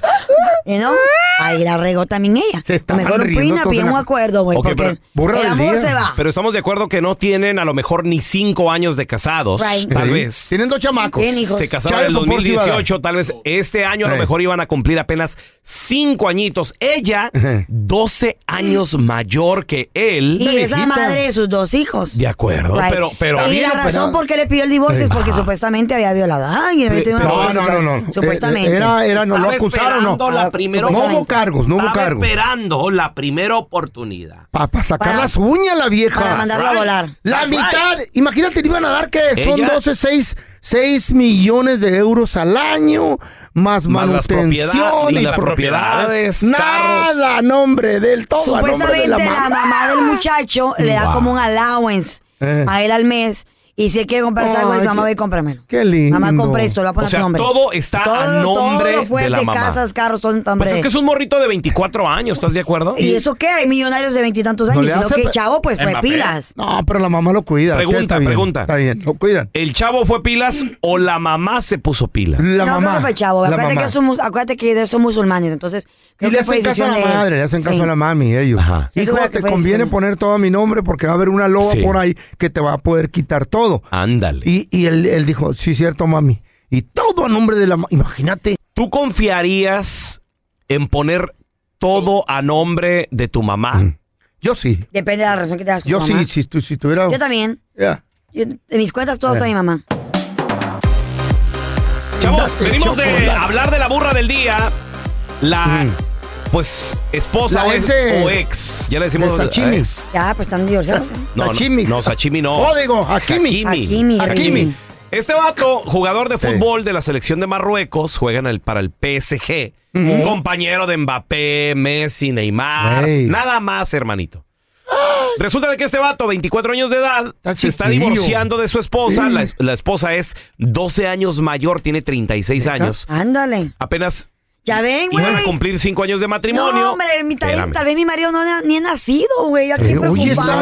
Speaker 2: ¿Y no? Ahí la regó también ella. Se está Mejor un
Speaker 1: riendo
Speaker 2: prenup
Speaker 1: todos
Speaker 2: y
Speaker 1: en
Speaker 2: un
Speaker 1: la-
Speaker 2: acuerdo, güey,
Speaker 1: Ok,
Speaker 2: porque
Speaker 1: pero,
Speaker 2: el amor se va.
Speaker 1: Pero estamos de acuerdo que no tienen a lo mejor ni cinco años de casados,
Speaker 2: Right.
Speaker 1: tal
Speaker 3: Sí.
Speaker 1: vez.
Speaker 3: Tienen dos chamacos.
Speaker 1: Se casaron en el
Speaker 3: Chayo Sopor Civada.
Speaker 1: 2018, tal vez este año a lo
Speaker 3: Sí.
Speaker 1: mejor iban a cumplir apenas cinco añitos. Ella, 12 años mayor que él.
Speaker 2: Y es la madre de sus dos hijos.
Speaker 1: De acuerdo,
Speaker 2: Right.
Speaker 1: pero, pero
Speaker 2: y la razón por qué le pidió el divorcio es porque supuestamente había violado a alguien. había tenido una
Speaker 3: No,
Speaker 2: relación
Speaker 3: no,
Speaker 2: sexual.
Speaker 3: no, no.
Speaker 2: Supuestamente.
Speaker 3: Era, era, no lo
Speaker 11: Estaba
Speaker 3: acusaron, no.
Speaker 11: esperando la primera
Speaker 3: no hubo
Speaker 11: oportunidad.
Speaker 3: cargos, no hubo
Speaker 11: Estaba
Speaker 3: cargos.
Speaker 11: esperando la primera oportunidad.
Speaker 3: Para sacar
Speaker 11: Para-
Speaker 3: las uñas, la vieja.
Speaker 11: para mandarla a Right. volar.
Speaker 3: La
Speaker 11: That's
Speaker 3: mitad,
Speaker 11: right.
Speaker 3: imagínate, le iban a dar que son
Speaker 11: Ella-
Speaker 3: 12, 6, 6 millones de euros al año, más,
Speaker 1: Más las propiedad-
Speaker 3: manutención
Speaker 1: y
Speaker 3: y
Speaker 1: las propiedades,
Speaker 3: Nada, nombre del todo. a nombre de
Speaker 2: Supuestamente la,
Speaker 3: mamá.
Speaker 2: mamá del muchacho le da
Speaker 3: Wow.
Speaker 2: como un allowance
Speaker 3: Eh.
Speaker 2: a él al mes. Y si él quiere comprarse algo, le dice,
Speaker 3: Ay,
Speaker 2: mamá,
Speaker 3: qué-
Speaker 2: ve y cómpramelo.
Speaker 3: Qué lindo.
Speaker 2: Mamá, compra esto, lo voy a poner
Speaker 1: O sea,
Speaker 2: a tu nombre.
Speaker 1: todo está a
Speaker 2: lo-
Speaker 1: nombre
Speaker 2: todo lo fuerte,
Speaker 1: de la mamá.
Speaker 2: casas, carros, todo en nombre
Speaker 1: Pues es que
Speaker 2: de-
Speaker 1: es un morrito de 24 años, ¿estás de acuerdo?
Speaker 2: ¿Y eso qué? Hay millonarios de veintitantos años. sino que chavo, pues fue
Speaker 1: Mbappé.
Speaker 2: pilas.
Speaker 3: No, pero la mamá lo cuida.
Speaker 1: Pregunta,
Speaker 3: Está bien,
Speaker 1: pregunta.
Speaker 3: Está bien, lo cuidan.
Speaker 1: ¿El chavo fue pilas o la mamá se puso pilas?
Speaker 3: La
Speaker 2: no, creo que fue chavo.
Speaker 3: la
Speaker 2: Acuérdate
Speaker 3: mamá.
Speaker 2: que, son, mus- acuérdate que son musulmanes, entonces
Speaker 3: Y
Speaker 2: creo
Speaker 3: le
Speaker 2: que fue
Speaker 3: hacen caso a
Speaker 2: decisión
Speaker 3: la
Speaker 2: de él.
Speaker 3: madre, le hacen caso
Speaker 2: Sí.
Speaker 3: a la mami, ellos.
Speaker 12: Uh-huh.
Speaker 2: Eso
Speaker 3: Hijo,
Speaker 2: fue lo que
Speaker 3: te
Speaker 2: fue
Speaker 3: conviene
Speaker 2: diciendo.
Speaker 3: poner todo a mi nombre porque va a haber una loba
Speaker 1: Sí.
Speaker 3: por ahí que te va a poder quitar todo.
Speaker 1: Ándale.
Speaker 3: Y, y él, él dijo, sí, cierto, mami. Y todo a nombre de la ma- Imagínate.
Speaker 1: ¿Tú confiarías en poner todo a nombre de tu mamá?
Speaker 3: Mm. Yo sí.
Speaker 2: Depende de la razón que te das con
Speaker 3: Yo
Speaker 2: tu
Speaker 3: sí,
Speaker 2: mamá.
Speaker 3: si, tu- si tuviera...
Speaker 2: Yo también.
Speaker 3: Ya.
Speaker 2: Yo- en mis cuentas todo
Speaker 3: Eh.
Speaker 2: está mi mamá.
Speaker 1: Chavos, venimos de
Speaker 3: chocolate.
Speaker 1: hablar de la burra del día. La, pues, esposa
Speaker 3: Mm. La
Speaker 1: o, es-
Speaker 3: ese-
Speaker 1: o ex. Ya le decimos
Speaker 3: de sashimi.
Speaker 1: ex.
Speaker 2: Ya, pues están divorciados. ¿eh?
Speaker 1: No, Oh, no,
Speaker 3: Sashimi.
Speaker 1: No, sashimi no.
Speaker 3: Código, Hakimi.
Speaker 1: Hakimi.
Speaker 2: Hakimi, Hakimi.
Speaker 1: Este vato, jugador de fútbol de la selección de Marruecos, juega en el- para el PSG.
Speaker 3: Ujú.
Speaker 1: Compañero de Mbappé, Messi, Neymar.
Speaker 3: Ey.
Speaker 1: Nada más, hermanito. Resulta de que este vato, 24 años de edad, se está
Speaker 3: chiquillo.
Speaker 1: divorciando de su esposa.
Speaker 3: Sí.
Speaker 1: La, es- la esposa es 12 años mayor, tiene 36 años.
Speaker 2: Ándale.
Speaker 1: Apenas
Speaker 2: Ya ven, güey.
Speaker 1: iban a cumplir 5 años de matrimonio.
Speaker 2: No, hombre, mi tal,
Speaker 1: Espérame.
Speaker 2: tal vez mi marido no na- ni ha nacido, güey. Yo aquí
Speaker 1: Eh, oye, es la vieja,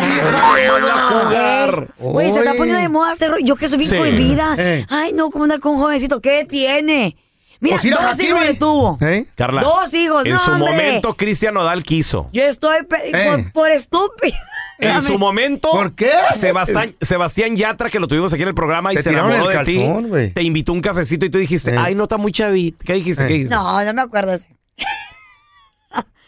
Speaker 1: no
Speaker 2: preocupada.
Speaker 1: la jugar.
Speaker 2: Güey, se está
Speaker 1: Oye.
Speaker 2: poniendo de moda este rollo. Yo que soy bien
Speaker 1: Sí.
Speaker 2: cohibida.
Speaker 1: Eh.
Speaker 2: Ay, no, como andar con un jovencito. ¿Qué tiene? Mira,
Speaker 3: Pues ir a
Speaker 2: dos
Speaker 3: Hakimi.
Speaker 2: hijos le tuvo.
Speaker 1: Carla,
Speaker 2: Dos hijos,
Speaker 1: en
Speaker 2: no,
Speaker 1: su
Speaker 2: hombre.
Speaker 1: momento, Cristian Nodal quiso.
Speaker 2: Yo estoy pe-
Speaker 1: Eh.
Speaker 2: por, por estúpida.
Speaker 1: En su momento,
Speaker 3: ¿Por qué?
Speaker 1: Sebastán- Sebastián Yatra, que lo tuvimos aquí en el programa y
Speaker 3: Te
Speaker 1: se
Speaker 3: tiraron
Speaker 1: enamoró de
Speaker 3: el
Speaker 1: ti,
Speaker 3: calzón, güey. Eh.
Speaker 1: te invitó un cafecito y tú dijiste, ay, no está muy chavito. ¿Qué dijiste? ¿Qué dijiste?
Speaker 2: No, no me acuerdo.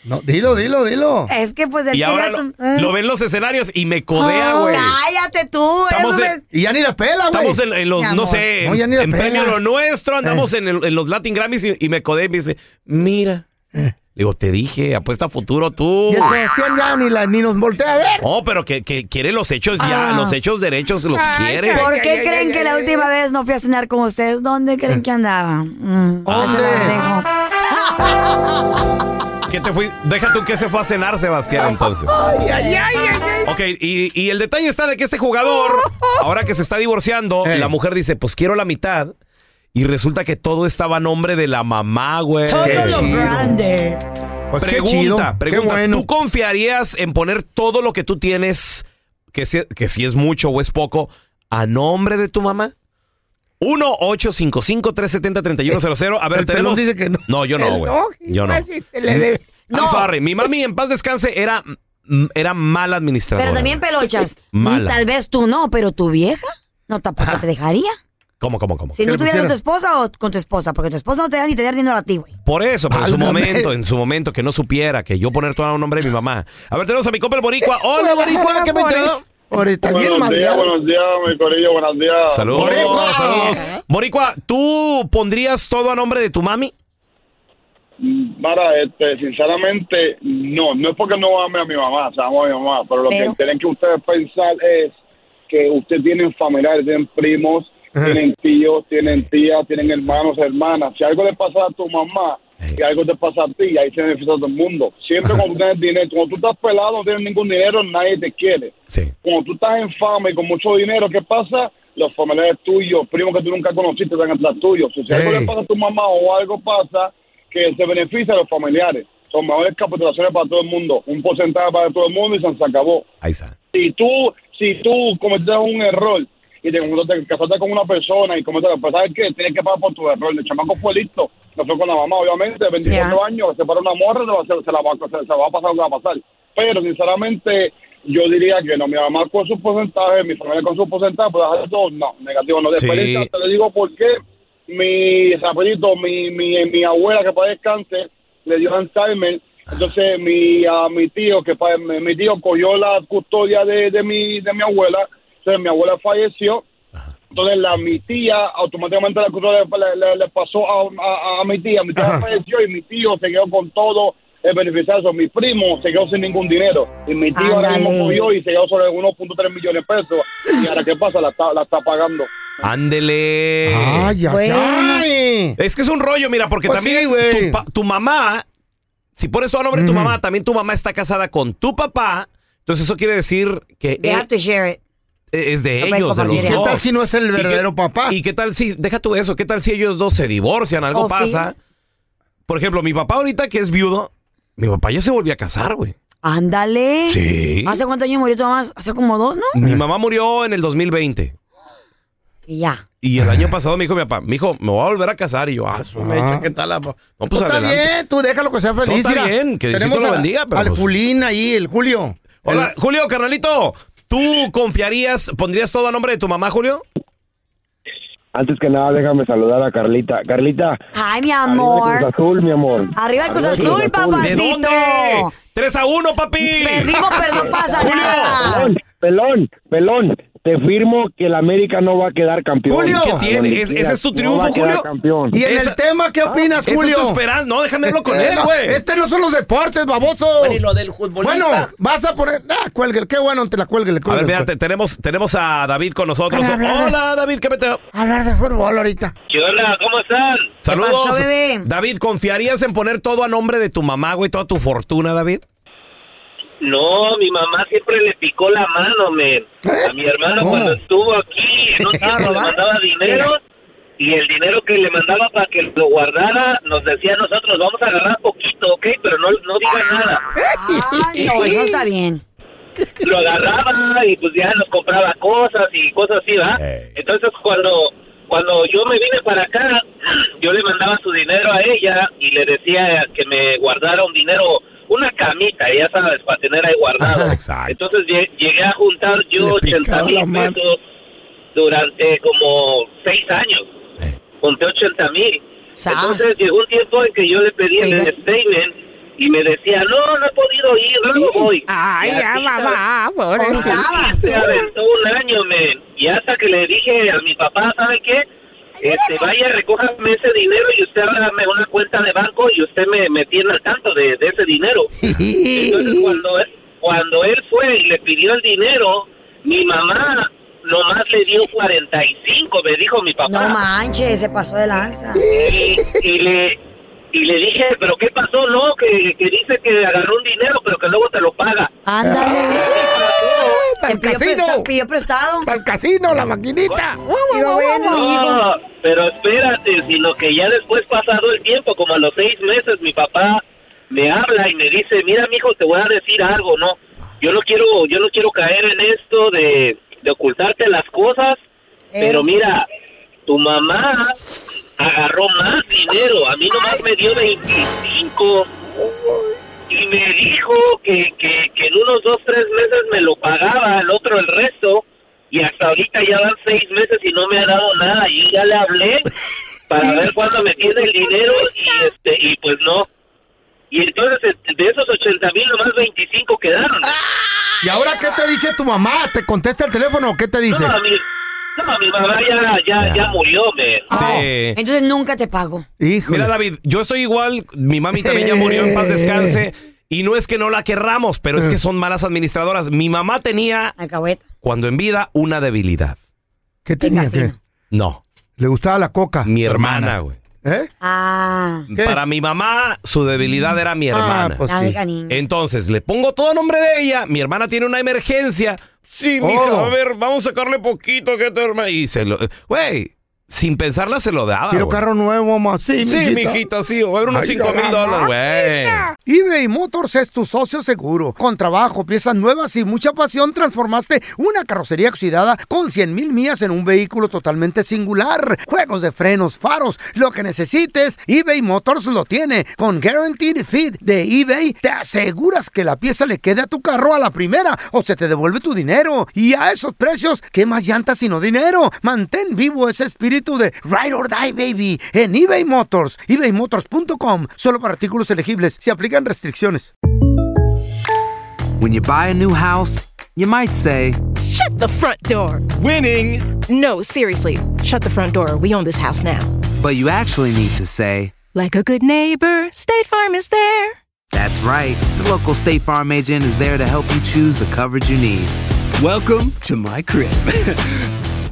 Speaker 3: No, dilo, dilo, dilo.
Speaker 2: Es que pues él
Speaker 1: Y ahora
Speaker 2: quería
Speaker 1: lo,
Speaker 2: tu- Ah.
Speaker 1: lo ven los escenarios y me codea, güey.
Speaker 2: Cállate tú.
Speaker 1: Estamos
Speaker 2: eso
Speaker 1: en-
Speaker 2: Ah, me-
Speaker 3: Y ya ni la pela, güey.
Speaker 1: Estamos en, en los,
Speaker 2: Mi
Speaker 1: no
Speaker 2: amor.
Speaker 1: sé,
Speaker 3: No, ya ni la
Speaker 1: en
Speaker 3: pela. Eh.
Speaker 1: premio lo nuestro, andamos en, el- en los Latin Grammys y, y me codea y me dice, mira. Le digo, te dije, apuesta a futuro tú.
Speaker 3: Eh. Y el Sebastián ya ni, la, ni nos voltea a ver.
Speaker 1: No, Oh, pero que, que quiere los hechos ya,
Speaker 3: Ah.
Speaker 1: los hechos derechos los quiere.
Speaker 2: ¿Por qué creen que la última vez no fui a cenar con ustedes? ¿Dónde creen que andaba?
Speaker 1: Ah.
Speaker 2: Mm, ahí se las dejo.
Speaker 1: ¿Qué te fui? Deja tú que se fue a cenar, Sebastián, entonces.
Speaker 3: Ay, ay, ay, ay, ay.
Speaker 1: Ok, y, y el detalle está de que este jugador, ahora que se está divorciando, la mujer dice, pues quiero la mitad. Y resulta que todo estaba a nombre de la mamá, güey.
Speaker 2: Solo lo grande.
Speaker 3: Pues qué
Speaker 1: pregunta,
Speaker 3: chido, qué
Speaker 1: pregunta.
Speaker 3: bueno.
Speaker 1: ¿Tú confiarías en poner todo lo que tú tienes, que si, que si es mucho o es poco, a nombre de tu mamá? 1-855-370-3100. A ver,
Speaker 3: El pelón
Speaker 1: tenemos.
Speaker 3: dice que no.
Speaker 1: yo no,
Speaker 3: El
Speaker 1: güey.
Speaker 3: no,
Speaker 1: Yo no.
Speaker 3: casi Ah, se le debe.
Speaker 1: I'm sorry. Mi mami, en paz descanse, era, mm, era mala administradora.
Speaker 2: Pero también pelochas.
Speaker 1: Mala.
Speaker 2: Tal vez tú no, pero tu vieja no tampoco te dejaría.
Speaker 1: ¿Cómo, cómo, cómo?
Speaker 2: Si no tuvieras con tu esposa o con tu esposa, porque tu esposa no te da ni te da dinero a ti, güey.
Speaker 1: Por eso, pero en su
Speaker 3: Válgame.
Speaker 1: momento, en su momento, que no supiera que yo poner todo a nombre de mi mamá. A ver, tenemos a mi compa el boricua. Hola, boricua, ¿qué me enteró?
Speaker 3: Ahorita bien
Speaker 13: Buenos días,
Speaker 3: madreado.
Speaker 13: buenos días, mi corillo, buenos días.
Speaker 1: Saludos, saludos. Boricua, ¿tú pondrías todo a nombre de tu mami?
Speaker 13: Mara, este, sinceramente, no, no es porque no ame a mi mamá, o sea, amo a mi mamá, pero lo
Speaker 2: Pero-
Speaker 13: que tienen que ustedes pensar es que ustedes tienen familiares, tienen primos, tienen tíos, tienen tías, tienen hermanos, hermanas. Si algo le pasa a tu mamá, y algo te pasa a ti, ahí se beneficia a todo el mundo. Siempre cuando tienes dinero, cuando tú estás pelado, no tienes ningún dinero, nadie te quiere. Cuando tú estás en fama y con mucho dinero, ¿qué pasa? Los familiares tuyos, primos que tú nunca conociste, están atrás tuyos. Si algo
Speaker 3: Ey.
Speaker 13: le pasa a tu mamá o algo pasa, que se beneficia a los familiares. tomadores capacitaciones para todo el mundo, un porcentaje para todo el mundo y se, se acabó.
Speaker 1: Ahí está.
Speaker 13: Si tú, si tú cometes un error y te, te casaste con una persona y cometes, pues sabes que tienes que pagar por tu error. El chamaco fue listo, no fue con la mamá, obviamente, 24
Speaker 12: Ya.
Speaker 13: años, se para una morra, se, va a hacer- se la va, se, se va a pasar lo que va a pasar. Pero sinceramente, yo diría que no, mi mamá con su porcentaje, mi familia con su porcentaje, pues dejar todo, no, negativo, no. Después
Speaker 14: Sí.
Speaker 13: te le digo por qué mi rapidito, mi, mi, mi abuela que para descanse le dio Alzheimer. Entonces mi a mi tío que pa- mi mi tío cogió la custodia de, de mi de mi abuela. Entonces mi abuela falleció. Entonces la mi tía automáticamente la custodia le, le- le pasó a, a- a mi tía. Mi tía falleció y mi tío se quedó con todo el beneficiario. Mi primo se quedó sin ningún dinero y mi tío ahora mismo
Speaker 1: Ándale.
Speaker 13: cogió y se quedó sobre 1.3 millones de pesos. Y ahora qué pasa la está, la está pagando.
Speaker 1: Ándele.
Speaker 3: Ay, ay, ay.
Speaker 1: Es que es un rollo, mira, porque
Speaker 3: Pues sí,
Speaker 1: también
Speaker 3: güey.
Speaker 1: tu, pa- tu mamá, si pones tu nombre de tu mamá, también tu mamá está casada con tu papá. Entonces eso quiere decir que e-
Speaker 2: They
Speaker 1: él-
Speaker 2: have to share it.
Speaker 1: Eh, es de
Speaker 2: No pueden
Speaker 1: ellos, de los
Speaker 2: compartir.
Speaker 1: dos.
Speaker 2: ¿Qué tal si
Speaker 3: no es el
Speaker 1: ¿Y qué-
Speaker 3: verdadero papá?
Speaker 1: ¿Y qué tal si, deja tú eso, qué tal si ellos dos se divorcian, algo
Speaker 2: Oh,
Speaker 1: pasa? Por ejemplo, mi papá ahorita que es viudo, mi papá ya se volvió a casar, güey.
Speaker 2: Ándale.
Speaker 1: Sí.
Speaker 2: ¿Hace cuántos años murió tu mamá? Hace como dos, ¿no?
Speaker 1: Mi mamá murió en el 2020.
Speaker 2: Y ya.
Speaker 1: Y el
Speaker 3: Ah.
Speaker 1: año pasado me dijo mi papá, mi hijo, me voy a volver a casar. Y yo, ah, su mecha, ¿qué tal? la mo-?" No, pues
Speaker 3: está
Speaker 1: adelante.
Speaker 3: bien, tú déjalo que sea feliz.
Speaker 1: No, está
Speaker 3: mira.
Speaker 1: bien, que Diosito lo
Speaker 3: a-
Speaker 1: bendiga, pero
Speaker 3: al
Speaker 1: pues-
Speaker 3: Julín ahí, el Julio.
Speaker 1: Hola, Julio, carnalito. ¿Tú confiarías, pondrías todo a nombre de tu mamá, Julio?
Speaker 7: Antes que nada, déjame saludar a Carlita. Carlita,
Speaker 2: Ay, mi
Speaker 7: arriba el Cruz
Speaker 2: amor.
Speaker 7: Azul, mi amor.
Speaker 2: Arriba el Cruz
Speaker 7: Arriba
Speaker 2: Azul, papacito.
Speaker 1: ¿De dónde? 3 a 1, papi.
Speaker 2: Perdimos, pero no pasa
Speaker 7: Julio,
Speaker 2: nada.
Speaker 7: Pelón, pelón, pelón, te firmo que el América no va a quedar campeón.
Speaker 1: Julio. ¿Qué tiene?
Speaker 7: Ni
Speaker 1: Es-
Speaker 7: siquiera,
Speaker 1: ese es tu
Speaker 7: no
Speaker 1: triunfo,
Speaker 7: va a quedar
Speaker 1: Julio.
Speaker 7: campeón. Ah,
Speaker 3: Y en el tema, ¿qué opinas,
Speaker 1: esa es tu
Speaker 3: Julio?
Speaker 1: esperanza. ah, No, déjame hablar con él,
Speaker 3: no,
Speaker 1: güey.
Speaker 3: Este no son los deportes, baboso.
Speaker 1: Bueno, y lo del futbolista.
Speaker 3: Bueno, vas a poner. Ah, cuélguele, qué bueno, te la cuelgue.
Speaker 1: A ver, fíjate, tenemos, tenemos a David con nosotros.
Speaker 3: Hola, hola.
Speaker 1: Hola, David, ¿qué meteo?
Speaker 3: Hablar de fútbol ahorita.
Speaker 15: ¿Qué onda? ¿Cómo están?
Speaker 1: Saludos. David, ¿confiarías en poner todo a nombre de tu mamá, güey, toda tu fortuna, David?
Speaker 15: No, mi mamá siempre le picó la mano, men.
Speaker 3: ¿Eh?
Speaker 15: A mi hermano
Speaker 1: ¿Cómo?
Speaker 15: cuando estuvo aquí, no siempre le mandaba dinero. Y el dinero que le mandaba para que lo guardara, nos decía a nosotros, vamos a agarrar poquito, ¿ok? Pero no, no diga nada.
Speaker 2: Ay, no, eso está bien.
Speaker 15: Lo agarraba y pues ya nos compraba cosas y cosas así, ¿va? Entonces cuando, cuando yo me vine para acá, yo le mandaba su dinero a ella y le decía que me guardara un dinero, una camita, ya sabes, para tener ahí guardado. Entonces lle- llegué a juntar yo
Speaker 14: Le
Speaker 15: 80
Speaker 14: picaba la
Speaker 15: mil
Speaker 14: mano.
Speaker 15: pesos durante como seis años.
Speaker 14: Eh.
Speaker 15: Junté 80 mil. Entonces llegó un tiempo en que yo le pedí
Speaker 14: Oiga.
Speaker 15: el statement y me decía, no, no he podido ir, luego voy.
Speaker 14: Ay,
Speaker 15: Y así,
Speaker 14: ya, mamá,
Speaker 15: ¿sabes?
Speaker 14: pobrecita.
Speaker 15: Así Se aventó un año, men. Y hasta que le dije a mi papá, ¿sabe qué? Este, vaya, recójame ese dinero y usted ábrame una cuenta de banco y usted me, me tiene al tanto de, de ese dinero. Entonces, cuando él, cuando él fue y le pidió el dinero, mi mamá nomás le dio 45, me dijo mi papá.
Speaker 2: No manches, se pasó de lanza.
Speaker 15: Y, y le y le dije, pero ¿qué pasó? No, que, que dice que agarró un dinero, pero que luego te lo paga.
Speaker 2: Ándale.
Speaker 3: Para
Speaker 2: el casino. Pidió prestado.
Speaker 3: Para el casino, la maquinita.
Speaker 2: Digo, bueno, mi hijo.
Speaker 15: No, pero espérate, sino que ya después pasado el tiempo, como a los seis meses, mi papá me habla y me dice, mira, mijo, te voy a decir algo, ¿no? Yo no quiero, yo no quiero caer en esto de, de ocultarte las cosas, pero mira, tu mamá agarró más dinero, a mí nomás me dio 25 y me dijo que, que, que en unos dos, tres meses me lo pagaba, el otro el resto, y hasta ahorita ya van seis meses y no me ha dado nada, yo ya le hablé para ver cuándo me tiene el dinero y este y pues no. Y entonces este, de esos 80 mil nomás 25 quedaron.
Speaker 3: ¿Y ahora qué te dice tu mamá? ¿Te contesta el teléfono o qué te dice?
Speaker 15: No, a mi, no, a mi mamá Ah, ya, ya, ya murió, me.
Speaker 2: Ah.
Speaker 1: Sí.
Speaker 2: Entonces nunca te pago.
Speaker 1: Mira, David, yo estoy igual. Mi mami también ya murió en paz descanse. Y no es que no la querramos, pero
Speaker 3: Eh.
Speaker 1: es que son malas administradoras. Mi mamá tenía,
Speaker 2: Alcahueta.
Speaker 1: cuando en vida, una debilidad.
Speaker 3: ¿Qué tenía que?
Speaker 1: No.
Speaker 3: ¿Le gustaba la coca?
Speaker 1: Mi hermana, güey.
Speaker 3: ¿Eh?
Speaker 2: Ah.
Speaker 1: Para mi mamá, su debilidad era mi
Speaker 2: Ah,
Speaker 1: hermana.
Speaker 2: pues La sí. de niña.
Speaker 1: Entonces, le pongo todo a nombre de ella. Mi hermana tiene una emergencia. Sí, mija,
Speaker 14: Oh.
Speaker 1: a ver, vamos a sacarle poquito que te hermana. Y se lo. Güey, sin pensarla se lo daba.
Speaker 3: Quiero
Speaker 1: güey.
Speaker 3: carro nuevo, mamá. Sí,
Speaker 1: Ah, Sí, mijita, sí, va a haber unos
Speaker 3: Ay,
Speaker 1: 5 mil
Speaker 3: la
Speaker 1: dólares, güey.
Speaker 3: eBay Motors es tu socio seguro. Con trabajo, piezas nuevas y mucha pasión, transformaste una carrocería oxidada con 100 mil millas en un vehículo totalmente singular. Juegos de frenos, faros, lo que necesites, eBay Motors lo tiene. Con Guaranteed Fit de eBay, te aseguras que la pieza le quede a tu carro a la primera o se te devuelve tu dinero. Y a esos precios, ¿qué más llantas sino dinero? Mantén vivo ese espíritu de Ride or Die, baby, en eBay Motors. ebaymotors.com. Solo para artículos elegibles. Se aplican restricciones.
Speaker 12: When you buy a new house, you might say,
Speaker 14: Shut the front door. Winning. No, seriously. Shut the front door. We own this house now.
Speaker 12: but you actually need to say,
Speaker 14: Like a good neighbor, State Farm is there.
Speaker 12: That's right. The local State Farm agent is there to help you choose the coverage you need. Welcome to my crib.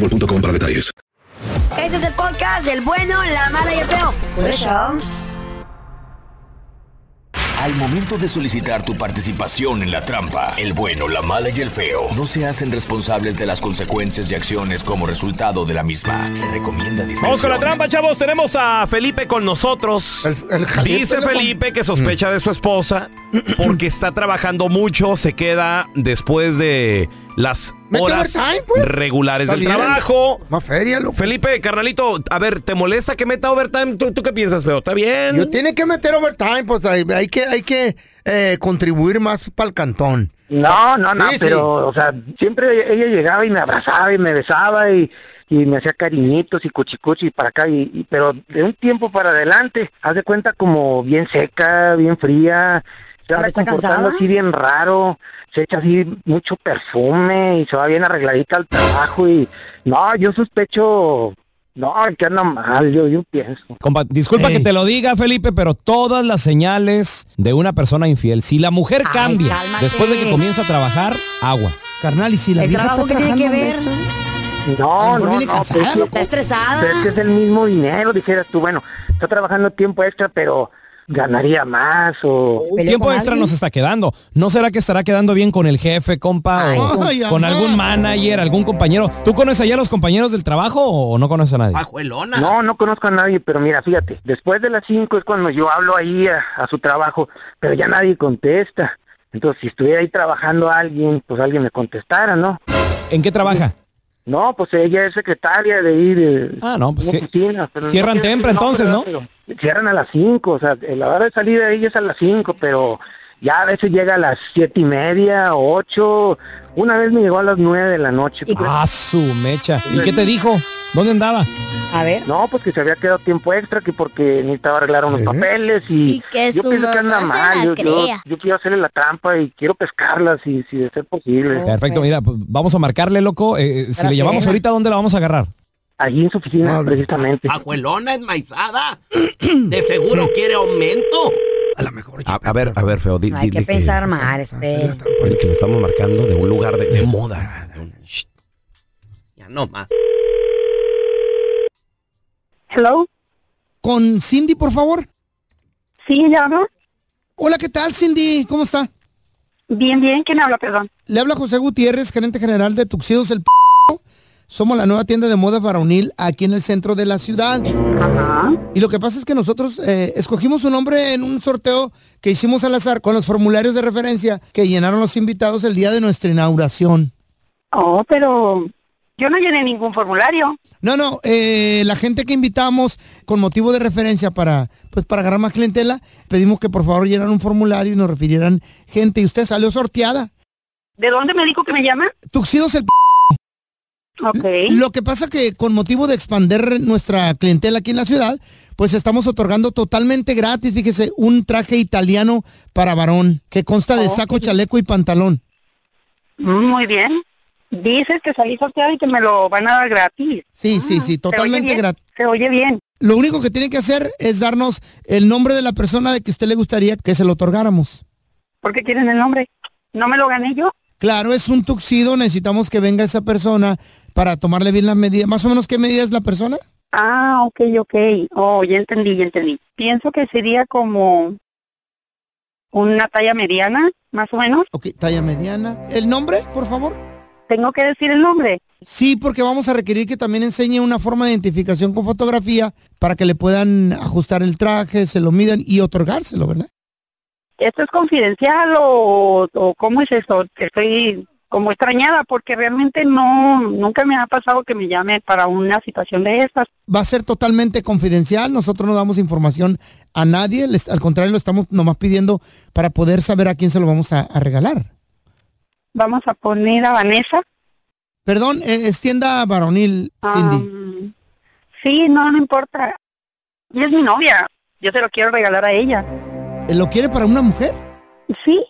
Speaker 9: para detalles.
Speaker 2: Este es el podcast del bueno, la mala y el feo. Por eso.
Speaker 16: Al momento de solicitar tu participación en la trampa, el bueno, la mala y el feo no se hacen responsables de las consecuencias y acciones como resultado de la misma. Se recomienda discreción.
Speaker 1: Vamos con la trampa, chavos. Tenemos a Felipe con nosotros. Dice Felipe que
Speaker 17: Mm.
Speaker 1: sospecha de su esposa porque está trabajando mucho, se queda después de las
Speaker 3: Vete
Speaker 1: horas
Speaker 3: overtime, pues.
Speaker 1: regulares
Speaker 3: Está
Speaker 1: del
Speaker 3: bien.
Speaker 1: trabajo.
Speaker 3: Más feria, loco.
Speaker 1: Felipe, carnalito, a ver, ¿te molesta que meta overtime? ¿Tú, tú qué piensas, feo? ¿Está bien?
Speaker 3: Yo tiene que meter overtime, pues hay, hay que, hay que eh, contribuir más para el cantón.
Speaker 18: No, no, no,
Speaker 3: Sí, sí.
Speaker 18: pero, o sea, siempre ella llegaba y me abrazaba y me besaba y, y me hacía cariñitos y cuchicuchi y para acá, y, y- pero de un tiempo para adelante, haz de cuenta como bien seca, bien fría, se va
Speaker 2: ¿Ahora está
Speaker 18: comportando
Speaker 2: casada?
Speaker 18: así bien raro, se echa así mucho perfume y se va bien arregladita al trabajo y, no, yo sospecho, no, que anda mal, yo, yo pienso.
Speaker 17: Compa, disculpa que te lo diga, Felipe, pero todas las señales de una persona infiel. Si la mujer
Speaker 2: Ay,
Speaker 17: cambia
Speaker 2: cálmate.
Speaker 17: después de que comienza a trabajar, agua.
Speaker 3: Carnal, y si
Speaker 2: ¿El trabajo que tiene que ver?
Speaker 18: No, no,
Speaker 2: viene
Speaker 18: no,
Speaker 2: cansada,
Speaker 18: pues,
Speaker 2: loco. Está estresada.
Speaker 18: pero es que es el mismo dinero, dijeras tú, bueno, está trabajando tiempo extra, pero ganaría más o...
Speaker 17: Tiempo extra nos está quedando. ¿No será que estará quedando bien con el jefe, compa? o con,
Speaker 11: Ay,
Speaker 17: con
Speaker 11: amá.
Speaker 17: algún manager, algún compañero. ¿Tú conoces allá a los compañeros del trabajo o no conoces a nadie?
Speaker 18: No, no conozco a nadie, pero mira, fíjate, después de las 5 es cuando yo hablo ahí a, a su trabajo, pero ya nadie contesta. Entonces, si estuviera ahí trabajando alguien, pues alguien me contestara, ¿no?
Speaker 17: ¿En qué trabaja?
Speaker 18: No, pues ella es secretaria de ir de
Speaker 17: Ah, no, pues
Speaker 18: una
Speaker 17: sí.
Speaker 18: oficina, pero
Speaker 17: Cierran
Speaker 18: quiero
Speaker 17: temprano, entonces,
Speaker 18: decir, pero-
Speaker 17: ¿no?
Speaker 18: pero- cierran a las 5, o sea, la hora de salida de ella es a las 5, pero ya a veces llega a las siete y media, 8, una vez me llegó a las 9 de la noche.
Speaker 17: Ah, su mecha. ¿Y qué te dijo? ¿Dónde andaba?
Speaker 2: A ver.
Speaker 18: No, pues que se había quedado tiempo extra, que porque necesitaba arreglar unos papeles y,
Speaker 19: Y que
Speaker 18: yo
Speaker 19: su
Speaker 18: pienso que anda
Speaker 19: mamá se
Speaker 18: mal,
Speaker 19: la
Speaker 18: yo, yo-
Speaker 19: crea.
Speaker 18: yo quiero hacerle la trampa y quiero pescarla si, si de ser posible.
Speaker 17: Perfecto, mira, pues, vamos a marcarle, loco. Eh, eh, si
Speaker 18: Gracias.
Speaker 17: le llamamos ahorita, ¿dónde la vamos a agarrar? Ah,
Speaker 18: Allí en su oficina, precisamente.
Speaker 11: Ajuelona enmaizada. De seguro quiere aumento.
Speaker 1: A, a ver, a ver, feo. di-
Speaker 2: No
Speaker 1: di-
Speaker 2: hay que
Speaker 1: di que-
Speaker 2: pensar mal, espera.
Speaker 1: que, le estamos marcando de un lugar de, de moda. de un- Shh.
Speaker 11: Ya no más.
Speaker 3: Hello. Con Cindy, por favor. Sí, ya Hola, ¿qué tal, Cindy? ¿Cómo está? Bien, bien. ¿Quién habla, perdón? Le habla José Gutiérrez, gerente general de Tuxidos el P. Somos la nueva tienda de moda varonil aquí en el centro de la ciudad. Y lo que pasa es que nosotros eh, escogimos un nombre en un sorteo que hicimos al azar con los formularios de referencia que llenaron los invitados el día de nuestra inauguración. Oh, pero yo no llené ningún formulario. No, no, eh, la gente que invitamos con motivo de referencia para, pues, para agarrar más clientela, pedimos que por favor llenaran un formulario y nos refirieran gente y usted salió sorteada.
Speaker 20: ¿De dónde me dijo que me llama?
Speaker 3: Tuxidos el p- Lo que pasa que con motivo de expander nuestra clientela aquí en la ciudad, pues estamos otorgando totalmente gratis, fíjese, un traje italiano para varón que consta de saco, chaleco y pantalón.
Speaker 19: Muy bien. Dices que salí sorteado y que me lo van a dar gratis.
Speaker 3: Sí, sí, sí, totalmente gratis.
Speaker 19: Se oye bien.
Speaker 3: Lo único que tiene que hacer es darnos el nombre de la persona de que usted le gustaría que se lo otorgáramos.
Speaker 19: ¿Por qué quieren el nombre? ¿No me lo gané yo?
Speaker 3: Claro, es un tuxido, necesitamos que venga esa persona para tomarle bien las medidas. Más o menos, ¿qué medida es la persona?
Speaker 19: Ah, ok, ok. Oh, ya entendí, ya entendí. Pienso que sería como una talla mediana, más o menos.
Speaker 3: Ok, talla mediana. ¿El nombre, por favor?
Speaker 19: ¿Tengo que decir el nombre?
Speaker 3: Sí, porque vamos a requerir que también enseñe una forma de identificación con fotografía para que le puedan ajustar el traje, se lo midan y otorgárselo, ¿verdad?
Speaker 19: ¿Esto es confidencial o, o cómo es eso? Estoy como extrañada porque realmente no, nunca me ha pasado que me llame para una situación de estas.
Speaker 3: Va a ser totalmente confidencial, nosotros no damos información a nadie, les- al contrario, lo estamos nomás pidiendo para poder saber a quién se lo vamos a, a regalar.
Speaker 19: Vamos a poner a Vanessa. Ah.
Speaker 3: Perdón, eh, es tienda varonil, Cindy.
Speaker 19: Am, sí, no, no importa. Y es mi novia. Yo se lo quiero regalar a ella.
Speaker 3: Eh, ¿Lo quiere para una mujer?
Speaker 19: Sí.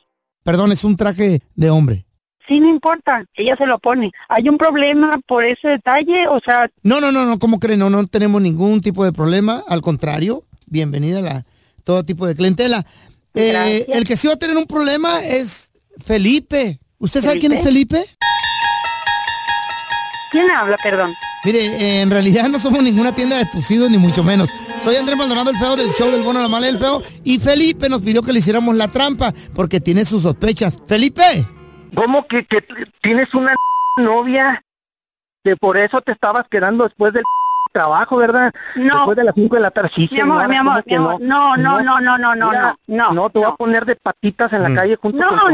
Speaker 3: Perdón, es un traje de hombre.
Speaker 19: Sí, no importa. Ella se lo pone. ¿Hay un problema por ese detalle? O sea,
Speaker 3: No, no, no, no, ¿cómo creen? No, no tenemos ningún tipo de problema. Al contrario, bienvenida a la- todo tipo de clientela. Eh, el que sí va a tener un problema es Felipe. ¿Usted sabe quién es Felipe?
Speaker 19: ¿Quién habla, perdón?
Speaker 3: Mire, eh, en realidad no somos ninguna tienda de tucidos, ni mucho menos. Soy Andrés Maldonado, el feo del show del bono, la mala y el feo. Y Felipe nos pidió que le hiciéramos la trampa porque tiene sus sospechas. ¡Felipe!
Speaker 18: ¿Cómo que, que t- tienes una novia? Que por eso te estabas quedando después del trabajo, ¿verdad?
Speaker 19: No.
Speaker 18: Después de las 5 de la tarde. Sí,
Speaker 19: Mi amor,
Speaker 18: señora,
Speaker 19: mi amor,
Speaker 18: ¿cómo que
Speaker 19: mi amor. No, no, no, no, no, no,
Speaker 18: Mira,
Speaker 19: no, no,
Speaker 18: te voy a poner de patitas en la
Speaker 19: Mm.
Speaker 18: calle junto
Speaker 19: No,
Speaker 18: con-
Speaker 19: no,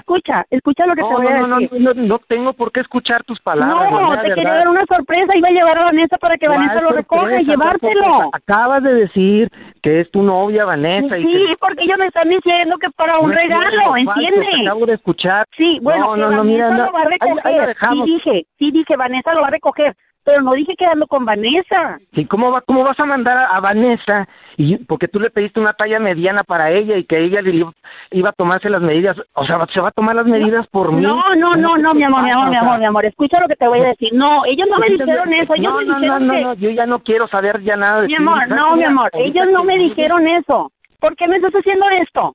Speaker 19: escucha, escucha lo que te voy a
Speaker 18: no, no,
Speaker 19: decir.
Speaker 18: no, no, no tengo por qué escuchar tus palabras.
Speaker 19: no,
Speaker 18: María,
Speaker 19: te
Speaker 18: de
Speaker 19: quería
Speaker 18: verdad.
Speaker 19: dar una sorpresa. Iba a llevar a Vanessa para que
Speaker 18: ¿Cuál
Speaker 19: Vanessa lo recoja y
Speaker 18: sorpresa? ¿Cuál sorpresa?
Speaker 19: llevártelo.
Speaker 18: Acabas de decir que es tu novia Vanessa. y
Speaker 19: Sí, porque ellos me están diciendo que para
Speaker 18: que-
Speaker 19: un
Speaker 18: No es
Speaker 19: regalo,
Speaker 18: cierto, falso, te
Speaker 19: ¿entiendes?
Speaker 18: Acabo de escuchar.
Speaker 19: Sí, bueno,
Speaker 18: no, no,
Speaker 19: que
Speaker 18: no, mira,
Speaker 19: Vanessa
Speaker 18: no,
Speaker 19: lo va a
Speaker 18: ahí-
Speaker 19: recoger.
Speaker 18: ahí la dejamos.
Speaker 19: Sí dije, sí dije, Vanessa lo va a recoger, pero no dije quedando con Vanessa.
Speaker 18: ¿Y cómo, va, cómo vas a mandar a, a Vanessa? Y, porque tú le pediste una talla mediana para ella y que ella le iba- iba a tomarse las medidas. O sea, ¿se va a tomar las medidas por mí?
Speaker 19: No, no, no, no, mi amor, mi amor, mi amor, mi amor. Escucha lo que te voy a decir. No, ellos no me dijeron eso. Ellos
Speaker 18: no,
Speaker 19: me
Speaker 18: no, no,
Speaker 19: dijeron
Speaker 18: no,
Speaker 19: que...
Speaker 18: no, yo ya no quiero saber ya nada de
Speaker 19: Mi
Speaker 18: ti.
Speaker 19: amor, no, mi amor. Ellos no me dijeron eso. ¿Por qué me estás haciendo esto?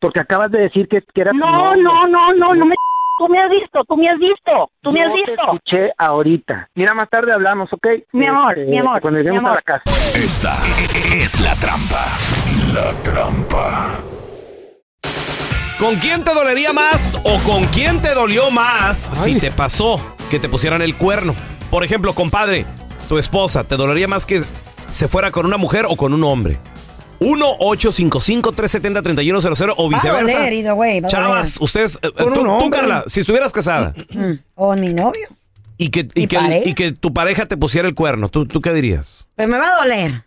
Speaker 18: Porque acabas de decir que, que era tu
Speaker 19: No,
Speaker 18: novia.
Speaker 19: no, no, no, no me... Tú me has visto, tú me has visto, tú me
Speaker 18: Yo
Speaker 19: has
Speaker 18: te
Speaker 19: visto.
Speaker 18: escuché ahorita. Mira, más tarde hablamos, ¿ok? Este,
Speaker 19: Mi amor, mi amor,
Speaker 18: Cuando
Speaker 19: mi
Speaker 18: lleguemos
Speaker 19: amor.
Speaker 18: a la casa.
Speaker 16: Esta es la trampa. La trampa.
Speaker 1: ¿Con quién te dolería más o con quién te dolió más si te pasó que te pusieran el cuerno? Por ejemplo, compadre, tu esposa, ¿te dolería más que se fuera con una mujer o con un hombre? 1-855-370-3100 o
Speaker 2: Va a doler,
Speaker 1: viceversa.
Speaker 2: ido, güey. va a doler.
Speaker 1: Chavas, ustedes, eh,
Speaker 2: Con
Speaker 1: tú,
Speaker 2: un
Speaker 1: tú,
Speaker 2: hombre.
Speaker 1: Carla, si estuvieras casada
Speaker 2: Mm, O mi novio.
Speaker 1: y que, y
Speaker 2: ¿Mi
Speaker 1: que el-
Speaker 2: pareja?
Speaker 1: y que tu pareja te pusiera el cuerno, ¿tú, tú qué dirías?
Speaker 2: Pero Pues me va a doler.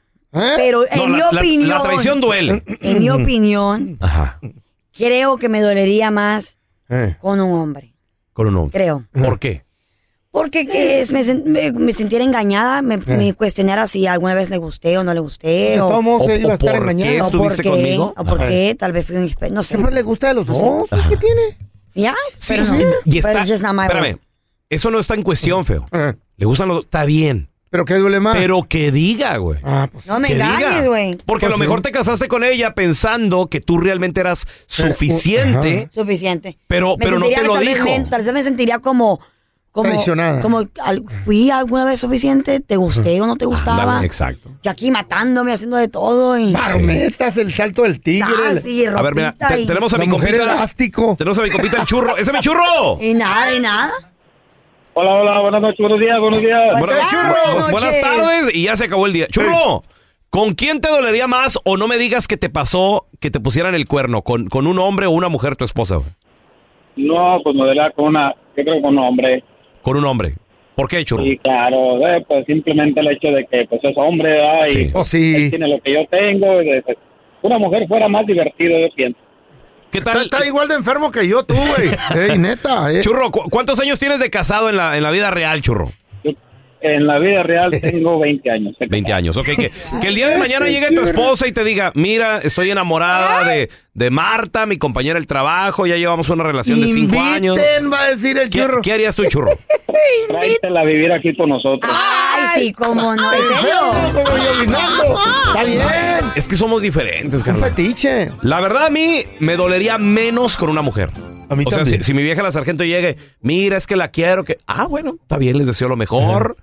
Speaker 2: Pero en
Speaker 1: No,
Speaker 2: mi
Speaker 1: la- la-
Speaker 2: opinión.
Speaker 1: La, traición duele. Mm.
Speaker 2: En mi opinión,
Speaker 1: Ajá.
Speaker 2: creo que me dolería más con un hombre.
Speaker 1: Con un hombre.
Speaker 2: Creo.
Speaker 1: ¿Por qué?
Speaker 2: Porque que es- me, sen- me- me sintiera engañada, me, me cuestionara si alguna vez le gusté o no le gusté.
Speaker 3: Eh. De
Speaker 2: o,
Speaker 3: todos modos,
Speaker 2: o-
Speaker 3: ella iba a
Speaker 2: o
Speaker 3: estar engañada.
Speaker 2: o
Speaker 3: ¿Estuviste
Speaker 2: por qué,
Speaker 3: conmigo?
Speaker 2: O por
Speaker 1: Ajá.
Speaker 2: qué, tal vez fui un inspe- no sé.
Speaker 3: Siempre le gusta de los dos. ¿Qué tiene?
Speaker 2: Ya,
Speaker 1: Sí,
Speaker 2: pero no.
Speaker 1: y está.
Speaker 2: Pero it's just not my
Speaker 1: espérame,
Speaker 2: way.
Speaker 1: eso no está en
Speaker 2: Mm.
Speaker 1: cuestión, feo. Le gustan los. Está bien.
Speaker 3: Pero que duele más.
Speaker 1: Pero que diga, güey.
Speaker 2: Ah, pues No me
Speaker 1: Que diga.
Speaker 2: engañes, güey. Pues
Speaker 1: Porque a lo mejor te casaste con ella pensando que tú realmente eras suficiente,
Speaker 2: Suficiente.
Speaker 1: pero,
Speaker 2: Eh, Me
Speaker 1: pero no
Speaker 2: sentiría
Speaker 1: te lo
Speaker 2: tal vez
Speaker 1: dijo.
Speaker 2: men- tal vez me sentiría como... como
Speaker 1: Traicionada.
Speaker 2: Como al- fui alguna vez suficiente, te gusté o no te gustaba.
Speaker 1: Ándale, exacto.
Speaker 2: Yo aquí matándome, haciendo de todo. Y...
Speaker 3: Barometas, el salto del tigre.
Speaker 2: Ah, sí,
Speaker 1: A ver, mira,
Speaker 2: ropita
Speaker 1: te-
Speaker 2: y-
Speaker 1: tenemos a
Speaker 3: La
Speaker 1: mi
Speaker 3: mujer
Speaker 1: compita. Tenemos a mi compita el churro. ¡Ese es mi churro!
Speaker 2: Y nada, y nada.
Speaker 13: Hola, hola, buenas noches, buenos días, buenos días.
Speaker 1: Buenas,
Speaker 13: buenas
Speaker 1: buenas
Speaker 13: noches.
Speaker 1: tardes y ya se acabó el día. Churro, ¿con quién te dolería más o no me digas que te pasó que te pusieran el cuerno? ¿Con, con un hombre o una mujer, tu esposa? güey?
Speaker 13: No, pues me duele con una, yo creo que con un hombre.
Speaker 1: Con un hombre. ¿Por qué, churro?
Speaker 13: Y claro, eh, pues simplemente el hecho de que pues es hombre, ¿verdad? Y
Speaker 1: Oh, Sí.
Speaker 13: pues, él tiene lo que yo tengo. y de- pues, una mujer fuera más divertido, yo pienso.
Speaker 1: ¿Qué tal? Eh,
Speaker 3: Está, está igual de enfermo que yo, tú, güey. Ey, neta. eh.
Speaker 1: Churro, ¿cu- ¿cuántos años tienes de casado en la, en la vida real, churro?
Speaker 20: En la vida real tengo 20 años.
Speaker 1: 20 años, ok. Que, que el día de mañana llegue tu esposa y te diga, mira, estoy enamorada de, de Marta, mi compañera del trabajo, ya llevamos una relación de 5
Speaker 3: Inviten,
Speaker 1: años.
Speaker 3: va a decir el
Speaker 1: ¿Qué,
Speaker 3: churro.
Speaker 1: qué harías tú, churro?
Speaker 20: Tráetela a vivir aquí con nosotros.
Speaker 2: Ay, sí, cómo no, en serio. Ah,
Speaker 3: Está bien.
Speaker 1: Es que somos diferentes,
Speaker 3: Un
Speaker 1: Carlos.
Speaker 3: fetiche.
Speaker 1: La verdad, a mí me dolería menos con una mujer.
Speaker 3: A mí
Speaker 1: o sea,
Speaker 3: también.
Speaker 1: si, si mi vieja la sargento llegue, mira, es que la quiero, que. Ah, bueno, está bien, les deseo lo mejor.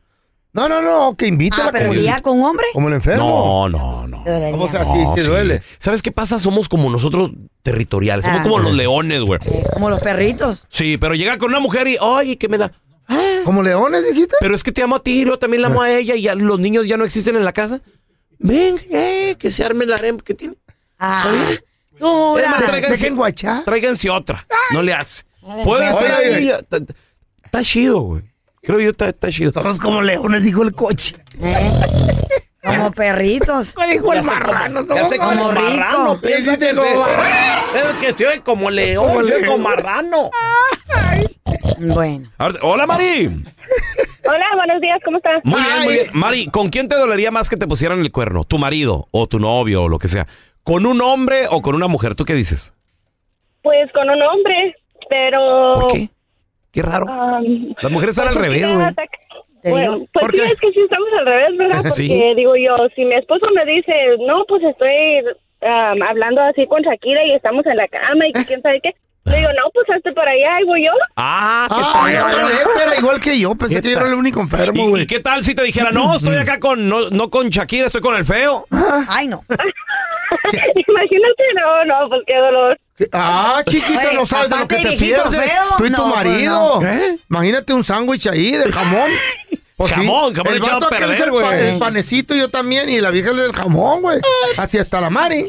Speaker 3: No, no, no, que invítala
Speaker 2: Ah, pero
Speaker 1: como
Speaker 2: si
Speaker 1: yo-
Speaker 2: ya con un hombre.
Speaker 3: Como el
Speaker 1: No, no, no.
Speaker 2: Te dolería.
Speaker 3: O sea, sí,
Speaker 1: No,
Speaker 3: sí duele.
Speaker 1: ¿Sabes qué pasa? Somos como nosotros territoriales. Somos
Speaker 2: Ah.
Speaker 1: como los leones, güey.
Speaker 2: Como los perritos.
Speaker 1: Sí, pero llega con una mujer y, ay, que me da. Ah.
Speaker 3: ¿Como leones, dijiste? Ah.
Speaker 1: Pero es que te amo a ti, yo también la amo a ella y ya los niños ya no existen en la casa. Ven, eh, que se arme la harem que tiene.
Speaker 2: Ah,
Speaker 1: Pero
Speaker 2: dura.
Speaker 1: más, tráiganse, tráiganse otra. No le hace.
Speaker 3: Oye,
Speaker 1: Puede estar
Speaker 3: oye.
Speaker 1: ahí. Está está chido, güey. Creo yo está, está chido.
Speaker 3: Somos como leones, dijo el coche.
Speaker 2: Como perritos.
Speaker 3: ¿Eh? dijo el marrano?
Speaker 1: Ya estoy como
Speaker 2: Como rico.
Speaker 1: marrano, piensa que
Speaker 3: como
Speaker 1: te-
Speaker 3: marrano.
Speaker 1: Es que estoy como león,
Speaker 3: Como
Speaker 1: estoy
Speaker 3: león.
Speaker 1: como marrano.
Speaker 2: Bueno.
Speaker 1: Ahora- Hola, Mari.
Speaker 21: Hola, buenos días, ¿cómo estás?
Speaker 1: Muy bien, muy bien. Mari, ¿con quién te dolería más que te pusieran el cuerno? ¿Tu marido o tu novio o lo que sea? ¿Con un hombre o con una mujer? ¿Tú qué dices?
Speaker 21: Pues con un hombre, pero... pues ¿Por qué?
Speaker 1: Qué raro. Las mujeres están al
Speaker 21: porque
Speaker 1: revés,
Speaker 21: me
Speaker 1: güey.
Speaker 21: ataca- Bueno, pues
Speaker 1: ¿Por
Speaker 21: sí,
Speaker 1: qué?
Speaker 21: es que sí estamos al revés, ¿verdad? Porque
Speaker 1: Sí.
Speaker 21: digo yo, si mi esposo me dice, no, pues estoy am, hablando así con Shakira y estamos en la cama y que quién sabe qué, le digo, no, pues hazte para allá, digo yo.
Speaker 1: Ah, qué
Speaker 3: Ay,
Speaker 1: tal.
Speaker 3: órale, pero eh, igual que yo, pensé que yo era el único enfermo,
Speaker 1: ¿Y, y
Speaker 3: güey.
Speaker 1: qué tal si te dijera, no, estoy acá con, no, no con Shakira, estoy con el feo?
Speaker 3: Ah.
Speaker 2: Ay, no.
Speaker 21: Imagínate, no, no, pues qué dolor.
Speaker 3: Ah, chiquito,
Speaker 2: Güey,
Speaker 3: no sabes de lo
Speaker 2: aparte
Speaker 3: que te
Speaker 2: de viejito
Speaker 3: pierdes.
Speaker 2: feo,
Speaker 3: Tú y tu
Speaker 2: no, pues
Speaker 3: marido.
Speaker 2: no.
Speaker 3: ¿Eh? Imagínate un sándwich ahí de jamón. Pues sí,
Speaker 1: Jamón, jamón
Speaker 3: el
Speaker 1: echado
Speaker 3: vato
Speaker 1: a
Speaker 3: aquel es
Speaker 1: perder,
Speaker 3: el pa-
Speaker 1: güey.
Speaker 3: El panecito yo también y la vieja es del jamón, güey. Así está la Mari.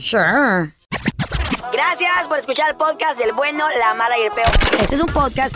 Speaker 2: Gracias por escuchar el podcast del bueno, la mala y el peor. Este es un podcast